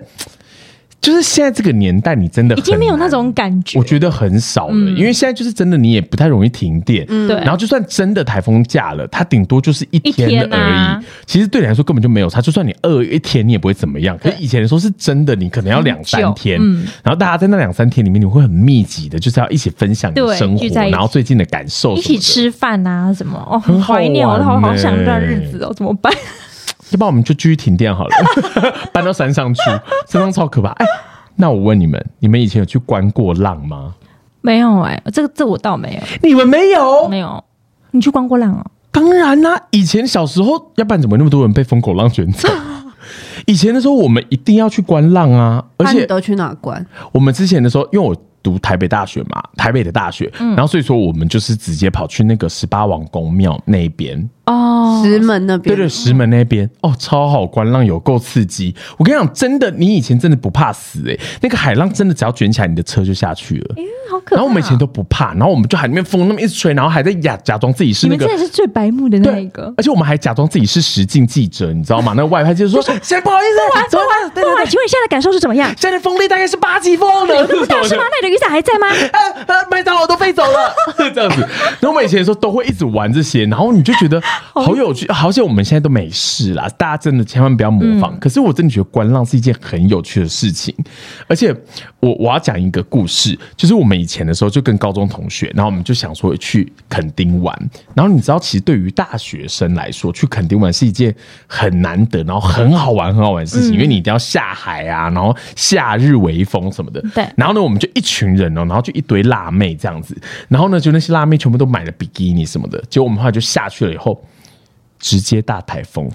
Speaker 1: 就是现在这个年代，你真的
Speaker 3: 已经
Speaker 1: 很
Speaker 3: 没有
Speaker 1: 难
Speaker 3: 那种感觉。
Speaker 1: 我觉得很少了，
Speaker 3: 嗯
Speaker 1: 因为现在就是真的，你也不太容易停电。
Speaker 3: 对
Speaker 1: 然后就算真的台风假了，它顶多就是一
Speaker 3: 一
Speaker 1: 天
Speaker 3: 天
Speaker 1: 而已。
Speaker 3: 啊
Speaker 1: 其实对你来说根本就没有差，就算你饿一天，你也不会怎么样。可是
Speaker 3: 对
Speaker 1: 以前的时候是真的，你可能要两三天，
Speaker 3: 嗯
Speaker 1: 然后大家在那两三天里面，你会很密集的，就是要一起分享你的
Speaker 3: 对
Speaker 1: 生活
Speaker 3: 聚在，一起
Speaker 1: 然后最近的感受，
Speaker 3: 一起。吃饭啊，什么哦，
Speaker 1: 很
Speaker 3: 很
Speaker 1: 好
Speaker 3: 怀念，我
Speaker 1: 玩
Speaker 3: 好好想
Speaker 1: 欸
Speaker 3: 这段日子哦，怎么办？
Speaker 1: 要不然我们就继续停电好了， 搬到山上去， 山上超可怕。哎，那我问你们，你们以前有去观过浪吗？
Speaker 3: 没有哎、这个这我倒没有，
Speaker 1: 你们没有
Speaker 3: 没有。你去观过浪哦？
Speaker 1: 当然啦、以前小时候，要不然怎么那么多人被疯狗浪卷走？以前的时候，我们一定要去观浪啊！而
Speaker 2: 那你
Speaker 1: 且
Speaker 2: 都去哪关？
Speaker 1: 我们之前的时候，因为我读台北大学嘛，台北的大学，然后所以说我们就是直接跑去那个十八王公庙那边，
Speaker 3: 哦，
Speaker 2: 石门那边
Speaker 1: 对对，石门那边哦，超好观浪，有够刺激！我跟你讲，真的，你以前真的不怕死诶、那个海浪真的只要卷起来，你的车就下去了。
Speaker 3: 哎好可怕、啊
Speaker 1: 然后我们以前都不怕，然后我们就海里面风那么一直吹，然后还在假假装自己是
Speaker 3: 你
Speaker 1: 那
Speaker 3: 们
Speaker 1: 个
Speaker 3: 真的是最白目的那
Speaker 1: 对，
Speaker 3: 一个，
Speaker 1: 而且我们还假装自己是实境记者，你知道吗？那个外拍就是说，现在不好意 思，走了，对
Speaker 3: 对
Speaker 1: 对
Speaker 3: 啊，
Speaker 1: 对，
Speaker 3: 请问你现在的感受是怎么样？
Speaker 1: 现在风力大概是八级风 了，是
Speaker 3: 不是吗？那你的雨伞还在吗？
Speaker 1: 啊啊！麦当劳都飞走了， 这样子。然后我们以前的时候都会一直玩这些，然后你就觉得好有趣，好像我们现在都没事啦。大家真的千万不要模仿。可是我真的觉得观浪是一件很有趣的事情，而且我我要讲一个故事，就是我们以前的时候就跟高中同学，然后我们就想说去垦丁玩，然后你知道，其实对于大学生来说，去垦丁玩是一件很难得，然后很好玩、很好玩的事情，因为你一定要下海啊，然后夏日微风什么的。
Speaker 3: 对
Speaker 1: 然后呢，我们就一群人哦，然后就一堆辣妹这样子，然后呢，就那些辣妹全部都买了比基尼什么的，结果我们后来就下去了以后，直接大台 风。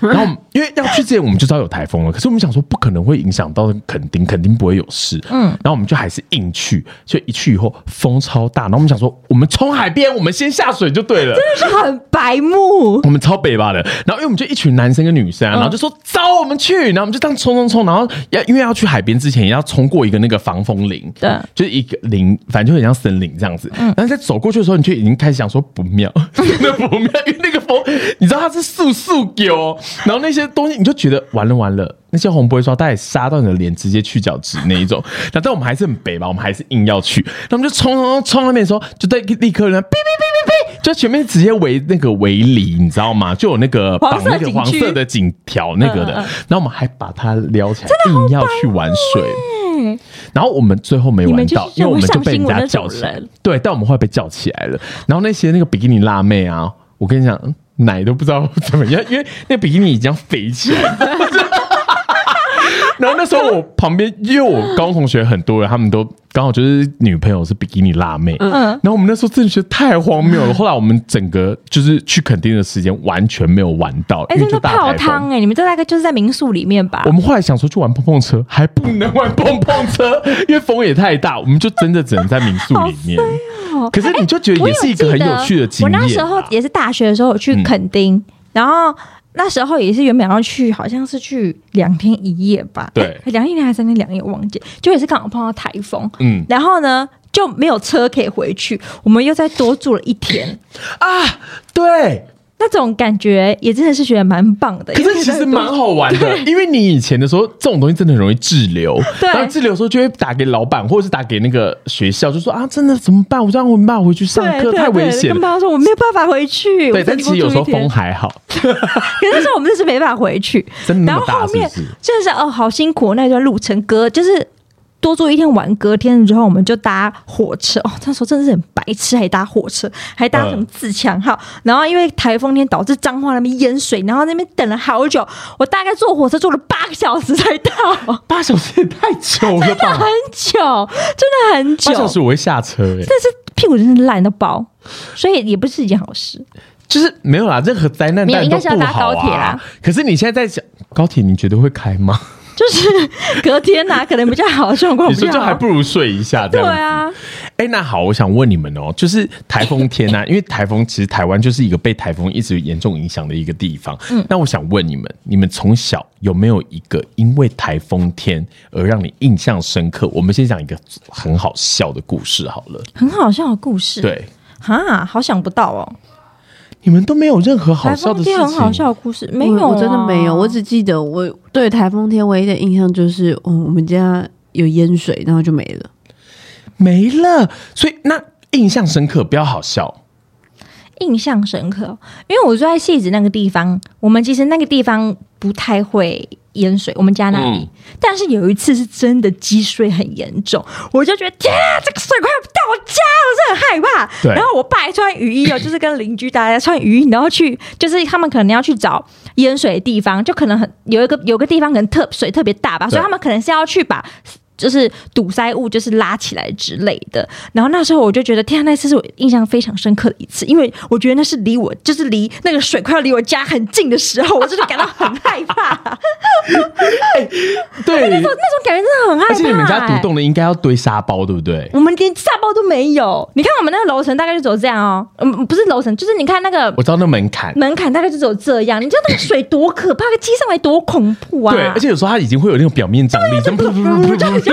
Speaker 1: 然后我们因为要去之前我们就知道有台风了，可是我们想说不可能会影响到垦丁，肯定不会有事。嗯，然后我们就还是硬去，就一去以后风超大，然后我们想说我们冲海边，我们先下水就 对了。
Speaker 3: 是很白 目，
Speaker 1: 我们超北吧的，然后因为我们就一群男生跟女生、啊，然后就说走，我们去，然后我们就这样冲冲冲，然后要因为要去海边之前也要冲过一个那个防风林，
Speaker 3: 对
Speaker 1: 就是一个林，反正就很像森林这样子。但是在走过去的时候，你就已经开始想说不妙， 那不妙，因为那个风，你知道它是速速给哦，然后那些东西你就觉得完了完了，那些红不会刷，它也杀到你的脸，直接去角质那一种。 然后但我们还是很北吧，我们还是硬要去，那我们就冲冲冲冲到那边的时候，就在立刻呢，哔哔哔哔哔，就前面直接围那个围篱，你知道吗？就有那个绑
Speaker 3: 黄色
Speaker 1: 那个
Speaker 3: 警
Speaker 1: 黄
Speaker 3: 区
Speaker 1: 色的警条那个的，
Speaker 3: 嗯嗯嗯
Speaker 1: 然后我们还把它撩起来，硬要去玩水。
Speaker 3: 嗯，
Speaker 1: 然后我们最后没
Speaker 3: 你
Speaker 1: 玩
Speaker 3: 们就是
Speaker 1: 到，因为我们就被人家叫
Speaker 3: 那种上
Speaker 1: 起
Speaker 3: 新闻
Speaker 1: 来
Speaker 3: 那种人，
Speaker 1: 对，但我们后来被叫起来了。然后那些那个比基尼辣妹啊，我跟你讲，奶都不知道怎么样，因为那比基尼已经要肥起来了。 然后那时候我旁边，因为我高中同学很多人，他们都刚好就是女朋友是比基尼辣妹，
Speaker 3: 嗯
Speaker 1: 然后我们那时候真的觉得太荒谬了。后来我们整个就是去垦丁的时间完全没有玩到，
Speaker 3: 哎、
Speaker 1: 因为
Speaker 3: 真
Speaker 1: 就
Speaker 3: 的
Speaker 1: 大
Speaker 3: 泡
Speaker 1: 台风
Speaker 3: 汤哎、你们这大概就是在民宿里面吧
Speaker 1: 我？们后来想说去玩碰碰车，还不能玩碰碰车，因为风也太大，我们就真的只能在民宿里面。可是你就觉得
Speaker 3: 我
Speaker 1: 也是一个
Speaker 3: 记
Speaker 1: 很
Speaker 3: 得
Speaker 1: 有趣的经
Speaker 3: 哦哎我
Speaker 1: 验啊、
Speaker 3: 那时候也是大学的时候，我去垦丁，然后。那时候也是原本要去，好像是去两天一夜吧，
Speaker 1: 对
Speaker 3: 哎两、天一夜还是三天两夜，我忘记。就也是刚好碰到台风，
Speaker 1: 嗯
Speaker 3: 然后呢就没有车可以回去，我们又再多住了一天，
Speaker 1: 啊，对。
Speaker 3: 那种感觉也真的是觉得蛮棒的。
Speaker 1: 可
Speaker 3: 因为
Speaker 1: 是其实蛮好玩的，因为你以前的时候，这种东西真的很容易滞留。
Speaker 3: 对
Speaker 1: 然后滞留的时候就会打给老板，或者是打给那个学校，就说啊，真的怎么办？我让我没办法回去上
Speaker 3: 对
Speaker 1: 课，
Speaker 3: 对
Speaker 1: 太危
Speaker 3: 对
Speaker 1: 险了。
Speaker 3: 跟爸妈说我没有办法回去，
Speaker 1: 对，
Speaker 3: 我再
Speaker 1: 但
Speaker 3: 多
Speaker 1: 其实有
Speaker 3: 住
Speaker 1: 时候
Speaker 3: 一 天
Speaker 1: 风还好，
Speaker 3: 可是那时候我们就是没办法回去，
Speaker 1: 真的那
Speaker 3: 然后
Speaker 1: 么大
Speaker 3: 后
Speaker 1: 是
Speaker 3: 面
Speaker 1: 不是？
Speaker 3: 真的是哦，好辛苦那段路程，隔就是多住一天玩，隔天之后我们就搭火车哦，那时候真的是很白痴，还搭火车，还搭什么自强号，然后因为台风天导致彰化那边淹水，然后那边等了好久，我大概坐火车坐了八个小时才 到，
Speaker 1: 八小时也太久了吧
Speaker 3: 很？久，真的很久
Speaker 1: 八，小时我会下车哎、
Speaker 3: 但是屁股真的烂到爆，所以也不是一件好事。
Speaker 1: 就是没有啦，任何灾难
Speaker 3: 没有
Speaker 1: 当然
Speaker 3: 应该
Speaker 1: 都
Speaker 3: 是要
Speaker 1: 不
Speaker 3: 搭
Speaker 1: 好
Speaker 3: 高铁
Speaker 1: 啊
Speaker 3: 啦。
Speaker 1: 可是你现在在想高铁，你觉得会开 吗？
Speaker 3: 就是隔天呐、可能比较好，这种况
Speaker 1: 你
Speaker 3: 比
Speaker 1: 说
Speaker 3: 较
Speaker 1: 这还
Speaker 3: 好。
Speaker 1: 不如睡一下这
Speaker 3: 对
Speaker 1: 样子。
Speaker 3: 啊，
Speaker 1: 哎、那好，我想问你们哦，就是台风天 啊，因为台风其实台湾就是一个被台风一直严重影响的一个地方。嗯，那我想问你们，你们从小有没有一个因为台风天而让你印象深刻？我们先讲一个很好笑的故事好了。
Speaker 3: 很好笑的故事。
Speaker 1: 对，
Speaker 3: 哈，好想不到哦！
Speaker 1: 你们都没有任何好
Speaker 3: 台
Speaker 1: 笑
Speaker 3: 风
Speaker 1: 的事情，
Speaker 3: 天很好笑的故事，没有、啊
Speaker 2: 我我真的没有，啊我只记得我对台风天唯一的印象就是，嗯，我们家有淹水，然后就没了。
Speaker 1: 没了。所以那印象深刻，不要好笑。
Speaker 3: 印象深刻，因为我住在戏子那个地方，我们其实那个地方不太会淹水，我们家那里。
Speaker 1: 嗯
Speaker 3: 但是有一次是真的积水很严重，我就觉得天啊，这个水快要到我家了，我真的很害怕。
Speaker 1: 对
Speaker 3: 然后我爸还穿雨衣哦，就是跟邻居大家穿雨衣，然后去就是他们可能要去找淹水的地方，就可能很有一个有个地方可能特水特别大吧，所以他们可能是要去把。就是堵塞物，就是拉起来之类的。然后那时候我就觉得，天啊，那次是我印象非常深刻的一次，因为我觉得那是离我，就是离那个水快要离我家很近的时候，我真的感到很害怕。
Speaker 1: 对，
Speaker 3: 那种感觉真的很害怕、
Speaker 1: 而且你们家
Speaker 3: 欸
Speaker 1: 独栋的应该要堆沙包，对不对？
Speaker 3: 我们连沙包都没有。你看我们那个楼层大概就只有这样哦，嗯，不是楼层，就是你看那个
Speaker 1: 我知道那门槛。
Speaker 3: 门槛大概就只有这样。你知道那个水多可怕，积上来多恐怖啊！嗯
Speaker 1: 对，而且有时候它已经会有那种表面张力，这样噗噗噗噗噗噗那种，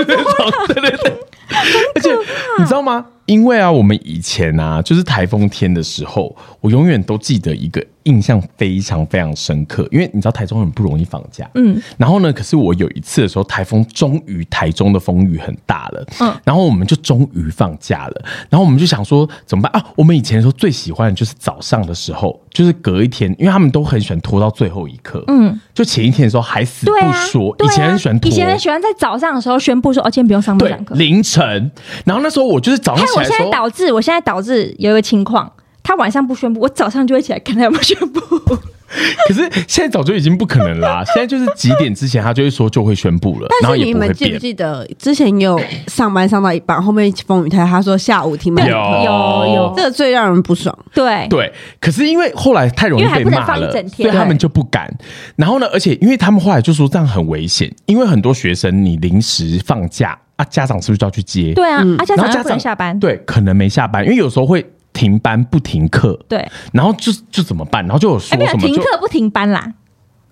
Speaker 1: 对对对。而且你知道吗？因为啊，我们以前啊，就是台风天的时候，我永远都记得一个印象非常非常深刻，因为你知道台中很不容易放假，嗯。然后呢，可是我有一次的时候，台风终于台中的风雨很大了，嗯。然后我们就终于放假了，然后我们就想说怎么办啊？我们以前说最喜欢的就是早上的时候，就是隔一天，因为他们都很喜欢拖到最后一刻，嗯。就前一天的时候还死
Speaker 3: 对
Speaker 1: 不
Speaker 3: 啊，
Speaker 1: 说，
Speaker 3: 对
Speaker 1: 以
Speaker 3: 啊
Speaker 1: 前很喜欢拖，
Speaker 3: 以前很喜欢在早上的时候宣布说，哦，今天不用上班
Speaker 1: 对
Speaker 3: 上课。
Speaker 1: 凌晨。然后那时候我就是早上
Speaker 3: 看
Speaker 1: 起
Speaker 3: 我
Speaker 1: 来的
Speaker 3: 现
Speaker 1: 时哦
Speaker 3: 在
Speaker 1: 候，
Speaker 3: 导致，我现在导致有一个情况，他晚上不宣布，我早上就会起来看他有没有宣 布。
Speaker 1: 可是现在早就已经不可能 啦、现在就是几点之前他就会说就会宣布了，然
Speaker 2: 但
Speaker 1: 后
Speaker 2: 是
Speaker 1: 也
Speaker 2: 你
Speaker 1: 不会
Speaker 2: 们记不
Speaker 1: 变。
Speaker 2: 记得之前有上班上到一半，后面风雨太，他说下午停班
Speaker 1: 有，
Speaker 3: 有有
Speaker 2: 这个最让人不爽。
Speaker 3: 对，
Speaker 1: 对，可是因为后来太容易
Speaker 3: 因为还
Speaker 1: 被
Speaker 3: 不能
Speaker 1: 骂
Speaker 3: 放一
Speaker 1: 了
Speaker 3: 整，
Speaker 1: 所
Speaker 3: 天
Speaker 1: 以他们就不敢。然后呢，而且因为他们后来就说这样很危险，因为很多学生你临时放假啊，家长是不是就要去接？
Speaker 3: 对啊，而且
Speaker 1: 嗯然
Speaker 3: 早
Speaker 1: 后
Speaker 3: 上
Speaker 1: 家
Speaker 3: 不能
Speaker 1: 长
Speaker 3: 下班。
Speaker 1: 对，可能没下班，因为有时候会停班不停课，
Speaker 3: 对，
Speaker 1: 然后就就怎么办？然后就有说
Speaker 3: 哎，没有
Speaker 1: 什么
Speaker 3: 停
Speaker 1: 就
Speaker 3: 课不停班啦。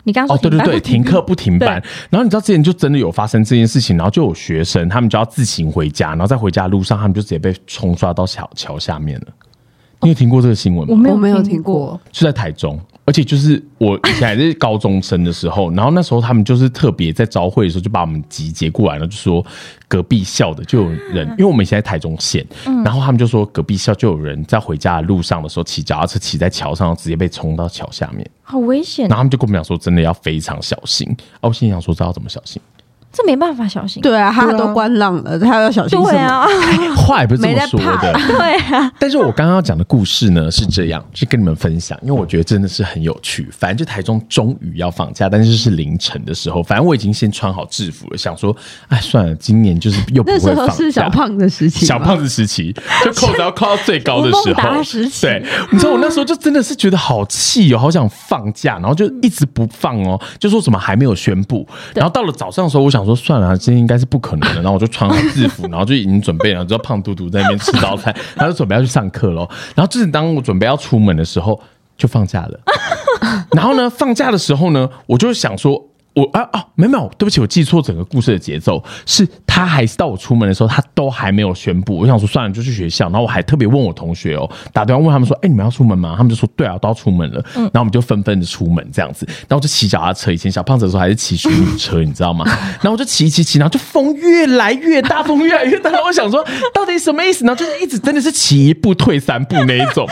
Speaker 3: 你刚刚
Speaker 1: 哦，对
Speaker 3: 说
Speaker 1: 对
Speaker 3: 班
Speaker 1: 对，
Speaker 3: 不
Speaker 1: 停课不停班。然后你知道之前就真的有发生这件事情，然后就有学生他们就要自行回家，然后在回家的路上他们就直接被冲刷到桥桥下面了。你有听过这个新闻
Speaker 3: 我
Speaker 1: 吗？
Speaker 3: 没有
Speaker 2: 我没有
Speaker 3: 听
Speaker 2: 听过，
Speaker 1: 是在台中，而且就是我以前还是高中生的时候，然后那时候他们就是特别在招会的时候就把我们集结过来了，就说隔壁校的就有人，因为我们以前在台中县，然后他们就说隔壁校就有人在回家的路上的时候骑脚踏车骑在桥上，直接被冲到桥下面。
Speaker 3: 好危险哦
Speaker 1: 然，后他们就跟我们讲说，真的要非常小心。啊，我心里想说，知道怎么小心？
Speaker 3: 这没办法小心。
Speaker 2: 对啊，他都关浪了，他要小心什
Speaker 3: 对
Speaker 2: 么？
Speaker 3: 啊，
Speaker 1: 哎话也不是这
Speaker 2: 没
Speaker 1: 么
Speaker 2: 在
Speaker 1: 说
Speaker 2: 怕
Speaker 1: 的。
Speaker 3: 对啊，
Speaker 1: 但是我刚刚要讲的故事呢是这样，是跟你们分享，因为我觉得真的是很有趣。反正就台中终于要放假，但是是凌晨的时候，反正我已经先穿好制服了，想说，哎，算了，今年就是又不
Speaker 2: 那
Speaker 1: 会
Speaker 2: 时
Speaker 1: 放假。
Speaker 2: 候是小胖的时期，
Speaker 1: 小胖。子时期，就扣子要扣到最高的时
Speaker 3: 吴孟达
Speaker 1: 候，
Speaker 3: 时期
Speaker 1: 对，你知道我那时候就真的是觉得好气哦，好想放假，然后就一直不放哦，就说什么还没有宣布。然后到了早上的时候，我想说算了啊，今天应该是不可能的。然后我就穿好制服，然后就已经准备了，知道胖嘟嘟在那边吃早餐，他就准备要去上课喽。然后就是当我准备要出门的时候，就放假了。 然后呢，放假的时候呢，我就想说，我啊啊，没有没有，对不起，我记错整个故事的节奏，是他还是到我出门的时候，他都还没有宣布。我想说算了，就去学校。然后我还特别问我同学哦，打电话问他们说，哎、你们要出门吗？他们就说对啊，都要出门了。然后我们就纷纷的出门这样子。然后我就骑脚踏车，以前小胖子的时候还是骑虚拟车，你知道吗？然后我就骑骑骑，然后就风越来越大，风越来越大。然后我想说，到底什么意思？然后就是一直真的是骑一步退三步那一种。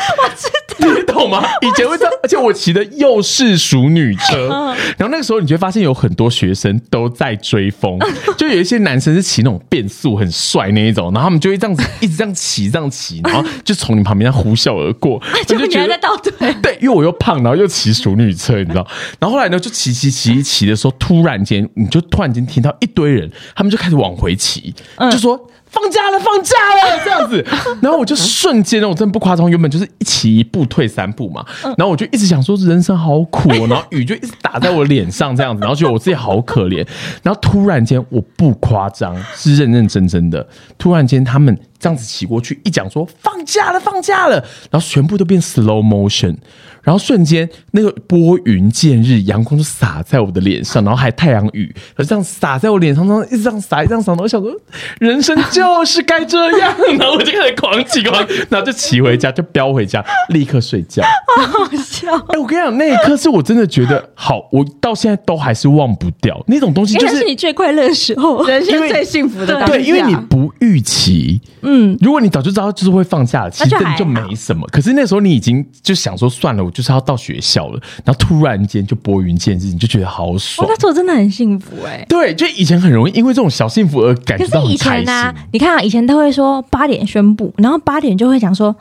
Speaker 1: 你 懂吗？以前会这样，而且我骑的又是熟女车，
Speaker 3: 嗯
Speaker 1: 然后那个时候你就会发现有很多学生都在追 风，就有一些男生是骑那种变速很帅那一种，然后他们就会这样子一直这样骑，这样骑，然后就从你旁边这样呼啸而 过，
Speaker 3: 结
Speaker 1: 我就
Speaker 3: 果你还
Speaker 1: 觉
Speaker 3: 在
Speaker 1: 得。
Speaker 3: 倒退，
Speaker 1: 对，因为我又胖，然后又骑熟女车，你知道。然后后来呢，就骑骑骑一骑的时候，突然间你就突然间听到一堆人，他们就开始往回骑，就说。放假了，放假了，这样子，然后我就瞬间，我真的不夸张，原本就是一骑一步退三步嘛，然后我就一直想说人生好苦哦，然后雨就一直打在我脸上这样子，然后觉得我自己好可怜，然后突然间我不夸张，是认认真真的，突然间他们这样子骑过去，一讲说放假了，放假了，然后全部都变 slow motion，然后瞬间那个拨云见日，阳光就洒在我的脸上，然后还太阳雨，然后这样洒在我脸上，这样一直这样洒，一直这样洒，然后我想说人生就是该这样，然后我就开始狂骑狂骑，然后就骑回家，就飙回家，立刻睡觉。
Speaker 3: 好笑。
Speaker 1: 哎、我跟你讲，那一刻是我真的觉得好，我到现在都还是忘不掉那种东西，就
Speaker 3: 那
Speaker 1: 是
Speaker 3: 是你最快乐的时候，
Speaker 2: 人生最幸福的当下
Speaker 1: 对，因为你不预期，嗯，如果你早就知道就是会放假，其实
Speaker 3: 那就
Speaker 1: 真的就
Speaker 3: 还好
Speaker 1: 没什么。可是那时候你已经就想说算了，我就是要到学校了，然后突然间就拨云见日，你就觉得好
Speaker 3: 我
Speaker 1: 爽
Speaker 3: 哦那。时候真的很幸福哎、
Speaker 1: 对，就以前很容易因为这种小幸福而感
Speaker 3: 可
Speaker 1: 觉到
Speaker 3: 是以
Speaker 1: 很开
Speaker 3: 前
Speaker 1: 心。
Speaker 3: 呢、你看啊，以前都会说八点宣布，然后八点就会讲说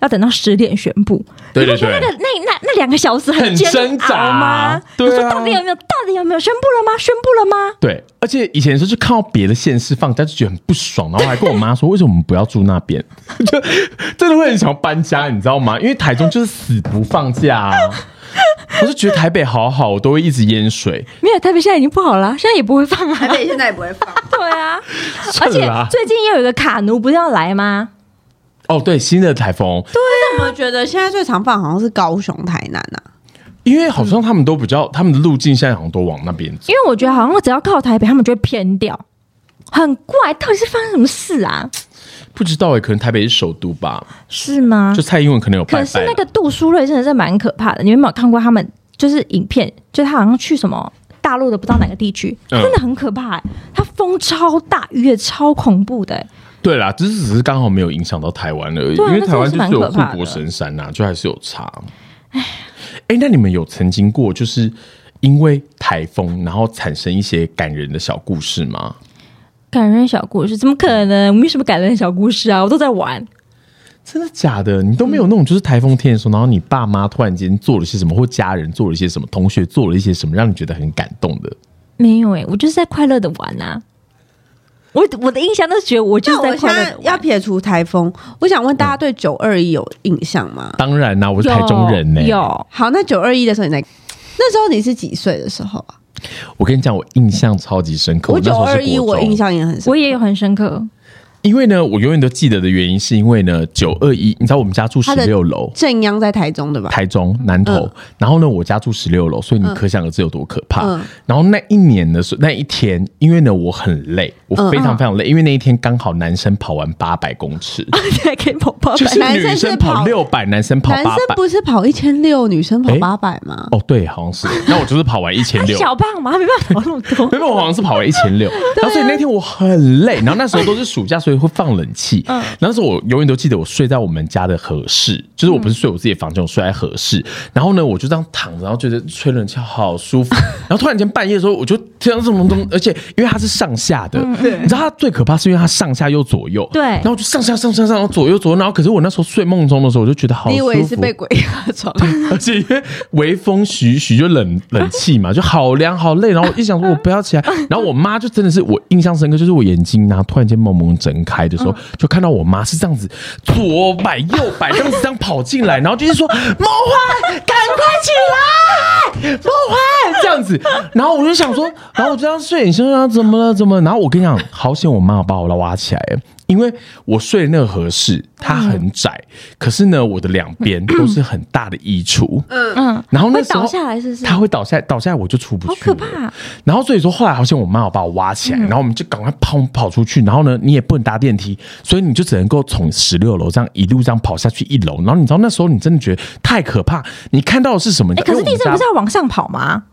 Speaker 3: 要等到十点宣布。
Speaker 1: 对对
Speaker 3: 你不觉得
Speaker 1: 对
Speaker 3: 那个那那那两个小时
Speaker 1: 很
Speaker 3: 煎
Speaker 1: 挣扎
Speaker 3: 熬吗？
Speaker 1: 对啊
Speaker 3: 你说到底有没有？到底有没有宣布了吗？宣布了吗？
Speaker 1: 对，而且以前说就看到别的县市放假就觉得很不爽，然后还跟我妈说为什么我们不要住那边， 就真的会很想要搬家，你知道吗？因为台中就是死不放假、啊，我就觉得台北好好，我都会一直淹水。
Speaker 3: 没有，台北现在已经不好了，现在也不会放
Speaker 2: 台
Speaker 3: 啊。
Speaker 2: 北现在也不会放，
Speaker 3: 对啊，而
Speaker 1: 算
Speaker 3: 且
Speaker 1: 了啦
Speaker 3: 最近又有一个卡奴不是要来吗？
Speaker 1: 哦，对，新的台风，
Speaker 2: 但我觉 得现在最常放好像是高雄、台南啊。
Speaker 1: 因为好像他们都比较，他们的路径现在好像都往那边走。
Speaker 3: 因为我觉得好像只要靠台北，他们就会偏掉，很怪，到底是发生什么事啊？
Speaker 1: 不知道哎、可能台北是首都吧，
Speaker 3: 是吗？
Speaker 1: 就蔡英文可能有拜
Speaker 3: 啊可
Speaker 1: 拜。
Speaker 3: 是那个杜苏芮真的是蛮可怕的，你们有没有看过他们就是影片？就他好像去什么大陆的不知道哪个地区，
Speaker 1: 嗯
Speaker 3: 真的很可怕、欸。他风超大，雨也超恐怖的、欸。
Speaker 1: 对啦，只是只是刚好没有影响到台湾而已，
Speaker 3: 对啊
Speaker 1: 因为台湾就是有护
Speaker 3: 那真的是蛮可
Speaker 1: 国
Speaker 3: 怕的
Speaker 1: 神山呐、就还是有差。哎、那你们有曾经过就是因为台风然后产生一些感人的小故事吗？
Speaker 3: 感人小故事怎么可能？我没什么感人小故事啊，我都在玩。
Speaker 1: 真的假的？你都没有那
Speaker 3: 嗯
Speaker 1: 种就是台风天的时候，然后你爸妈突然间做了些什么，或家人做了些什么，同学做了一些什么，让你觉得很感动的？
Speaker 3: 没有哎、我就是在快乐的玩啊。我我的印象都是觉得我就是
Speaker 2: 那
Speaker 3: 在
Speaker 2: 我现
Speaker 3: 快乐
Speaker 2: 在
Speaker 3: 的玩。
Speaker 2: 要撇除台风，我想问
Speaker 1: 嗯
Speaker 2: 大家对九二一有印象吗？
Speaker 1: 当然啦、我是台中人欸呢、
Speaker 3: 有
Speaker 2: 好，那九二一的时候你在，那时候你是几岁的时候啊？
Speaker 1: 我跟你讲，我印象超级深刻。
Speaker 2: 我
Speaker 1: 那时
Speaker 2: 九
Speaker 1: 候是
Speaker 2: 二一，
Speaker 1: 国
Speaker 2: 我
Speaker 1: 中
Speaker 2: 印，象也很深。
Speaker 3: 我也有很深刻。
Speaker 1: 因为呢，我永远都记得的原因，是因为呢，九二一，你知道我们家住十
Speaker 2: 它的
Speaker 1: 六楼，
Speaker 2: 正央在台中的吧？
Speaker 1: 台中南投，
Speaker 2: 嗯
Speaker 1: 然后呢，我家住十六楼，所以你可想而知有多可怕。
Speaker 2: 嗯
Speaker 1: 然后那一年的时候，那一天，因为呢我很累，我
Speaker 2: 嗯
Speaker 1: 非常非常累，因为那一天刚好男生跑完八百公 尺，
Speaker 3: 还可以跑跑
Speaker 1: 就是
Speaker 2: 男
Speaker 1: 女
Speaker 2: 生是
Speaker 1: 生跑
Speaker 2: 跑
Speaker 1: 六百，男生跑
Speaker 2: 男
Speaker 1: 八
Speaker 2: 生
Speaker 1: 百。
Speaker 2: 不是跑一千六，女生跑
Speaker 1: 诶
Speaker 2: 八百吗？
Speaker 1: 哦，对，好像是。那我就是跑完一千
Speaker 3: 他是
Speaker 1: 六，
Speaker 3: 小胖嘛，他没办法跑那么多。
Speaker 1: 没有，我好像是跑了一千 六，
Speaker 2: 啊
Speaker 1: 然后所以那天我很累，然后那时候都是暑假，所以会放冷气。
Speaker 2: 嗯
Speaker 1: 然后那时候我永远都记得，我睡在我们家的和室，就是我不是睡我自己的房间，我睡在和室。然后呢，我就这样躺着，然后觉得吹冷气好舒 服。然后突然间半夜的时候，我就听到这种东，而且因为它是上下
Speaker 2: 嗯
Speaker 1: 的，你知道它最可怕是因为它上下又左右，
Speaker 3: 对
Speaker 1: 然后我就上下上下上，然后左右左右，然后可是我那时候睡梦中的时候，我就觉得好
Speaker 2: 你以
Speaker 1: 舒
Speaker 2: 为
Speaker 1: 服。啊
Speaker 2: 是被鬼压床？
Speaker 1: 而且因为微风徐徐，就冷冷气嘛，就好凉好累。然后我一想说，我不要起来。然后我妈就真的是我印象深刻，就是我眼睛然后突然间蒙蒙睁开的时候，就看到我妈是这样子左摆右摆，这样子这样跑进来，然后就是说：“ 梦幻，赶快起来，梦幻！”这样子。然后我就想说，然后我就这样睡，你说啊怎么了怎么了？然后我跟你讲，好险我妈有把我挖起来，因为我睡的那个合适，它很窄，可是呢我的两边都是很大的衣橱，
Speaker 3: 嗯，
Speaker 1: 然后那时候
Speaker 3: 会倒下来是不是
Speaker 1: 它会倒下来，倒下来我就出不去，哎
Speaker 3: 好可怕。
Speaker 1: 然后所以说后来好像我妈有把我挖
Speaker 3: 嗯
Speaker 1: 起来，然后我们就赶快跑跑出去，然后呢你也不能搭电梯，所以你就只能够从十六楼这样一路这样跑下去一楼，然后你知道那时候你真的觉得太可怕，你看到的是什么？你
Speaker 3: 哎，
Speaker 1: 知道
Speaker 3: 可是
Speaker 1: 因为我
Speaker 3: 地震不
Speaker 1: 们
Speaker 3: 是
Speaker 1: 家
Speaker 3: 要往上跑吗？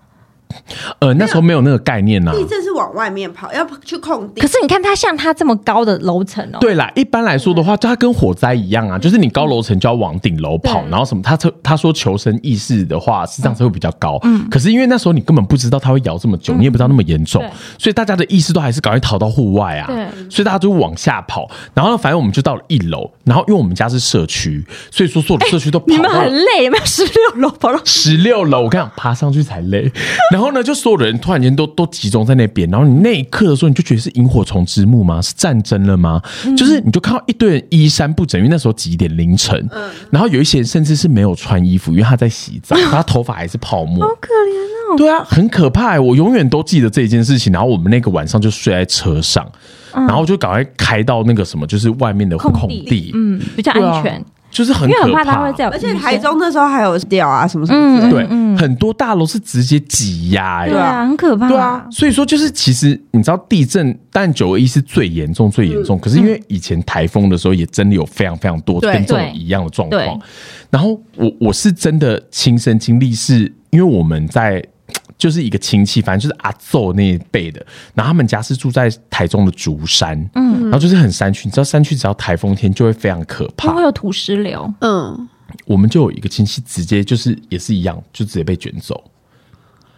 Speaker 1: 呃那时候没有那个概念呐、
Speaker 2: 地震是往外面跑，要去空地
Speaker 3: 可。是你看它像它这么高的楼层哦，嗯
Speaker 1: 对啦，一般来说的话，它跟火灾一样啊，就是你高楼层就要往顶楼跑，
Speaker 3: 对
Speaker 1: 然后什么，他他说求生意识的话，实际上是会比较高。
Speaker 3: 嗯
Speaker 1: 可是因为那时候你根本不知道它会摇这么久，你也不知道那么严重
Speaker 3: 对，
Speaker 1: 所以大家的意识都还是赶快逃到户外啊
Speaker 3: 对，
Speaker 1: 所以大家就往下跑。然后呢，反正我们就到了一楼，然后因为我们家是社区，所以说所有的社区都跑
Speaker 3: 哎你们
Speaker 1: 到
Speaker 3: 很累，有没有十六楼跑到？
Speaker 1: 十六楼，我跟你讲，爬上去才累。 然后呢，就所有的人突然间都都集中在那边，然后你那一刻的时候，你就觉得是萤火虫之墓吗？是战争了吗？
Speaker 3: 嗯
Speaker 1: 就是你就看到一堆人衣衫不整，因为那时候几点凌晨，
Speaker 3: 嗯
Speaker 1: 然后有一些人甚至是没有穿衣服，因为他在洗 澡，他头发还是泡沫。
Speaker 3: 好可怜哦，
Speaker 1: 对啊，很可怕欸、我永远都记得这一件事情。然后我们那个晚上就睡在车上，然后就赶快开到那个什么，就是外面的
Speaker 3: 嗯空
Speaker 1: 空
Speaker 3: 地
Speaker 1: 地，
Speaker 3: 嗯，比较
Speaker 1: 对啊
Speaker 3: 安全，
Speaker 1: 就是很
Speaker 3: 因为
Speaker 1: 可
Speaker 3: 很怕它会在，
Speaker 2: 而且台中那时候还有掉啊，什么什么之类
Speaker 3: 嗯
Speaker 2: 的。
Speaker 1: 对，很多大楼是直接挤压、欸，
Speaker 3: 对啊，很可怕，
Speaker 1: 对啊，所以说就是其实你知道地震，但九二一是最严重、最严重。可是因为以前台风的时候，也真的有非常非常多
Speaker 2: 对
Speaker 1: 跟这
Speaker 3: 对
Speaker 1: 种一样的状况
Speaker 3: 对。
Speaker 1: 然后我我是真的亲身经历是，因为我们在。就是一个亲戚，反正就是阿奏那一辈的，然后他们家是住在台中的竹山，嗯，然后就是很山区，你知道山区只要台风天就会非常可怕，
Speaker 3: 它会有土石流，
Speaker 2: 嗯，
Speaker 1: 我们就有一个亲戚直接就是也是一样，就直接被卷走。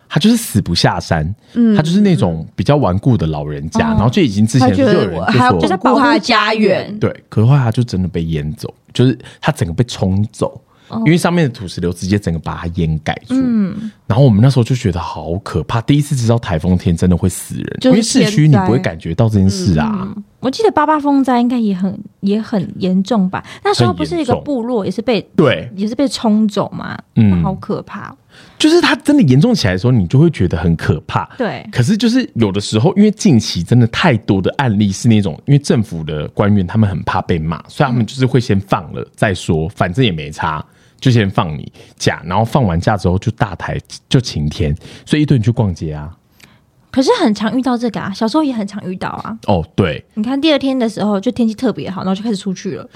Speaker 1: 他就是死不下山，他就是那种比较顽固的老人家，然后就已经之
Speaker 2: 嗯哦他
Speaker 1: 前
Speaker 2: 觉
Speaker 1: 就有
Speaker 2: 得
Speaker 1: 人
Speaker 2: 我
Speaker 1: 就
Speaker 2: 还要
Speaker 1: 说，
Speaker 2: 就
Speaker 3: 在
Speaker 2: 是
Speaker 3: 保
Speaker 2: 保
Speaker 3: 护
Speaker 2: 护
Speaker 3: 他
Speaker 2: 他
Speaker 3: 家
Speaker 2: 家
Speaker 3: 园
Speaker 2: 园，
Speaker 1: 对，可是后来他就真的被淹走，就是他整个被冲走，
Speaker 2: 哦
Speaker 1: 因为上面的土石流直接整个把它淹盖住。
Speaker 2: 嗯
Speaker 1: 然后我们那时候就觉得好可怕，第一次知道台风天真的会死人，
Speaker 2: 就是
Speaker 1: 因为市区你
Speaker 2: 天灾嗯
Speaker 1: 不会感觉到这件事啊。
Speaker 3: 我记得八八风灾应该也很也很严重吧？那时候不是一个
Speaker 1: 很严重
Speaker 3: 部落也是被
Speaker 1: 对，
Speaker 3: 也是被冲走嘛，
Speaker 1: 嗯
Speaker 3: 那好可怕哦。
Speaker 1: 就是它真的严重起来的时候，你就会觉得很可怕。
Speaker 3: 对
Speaker 1: 可是就是有的时候，因为近期真的太多的案例是那种，因为政府的官员他们很怕被骂，所以他们就是会先放了再说，反正也没差，就先放你假，然后放完假之后就大台就晴天，所以一堆人去逛街啊。
Speaker 3: 可是很常遇到这个啊，小时候也很常遇到啊。
Speaker 1: 哦，对
Speaker 3: 你看第二天的时候，就天气特别好，然后就开始出去了。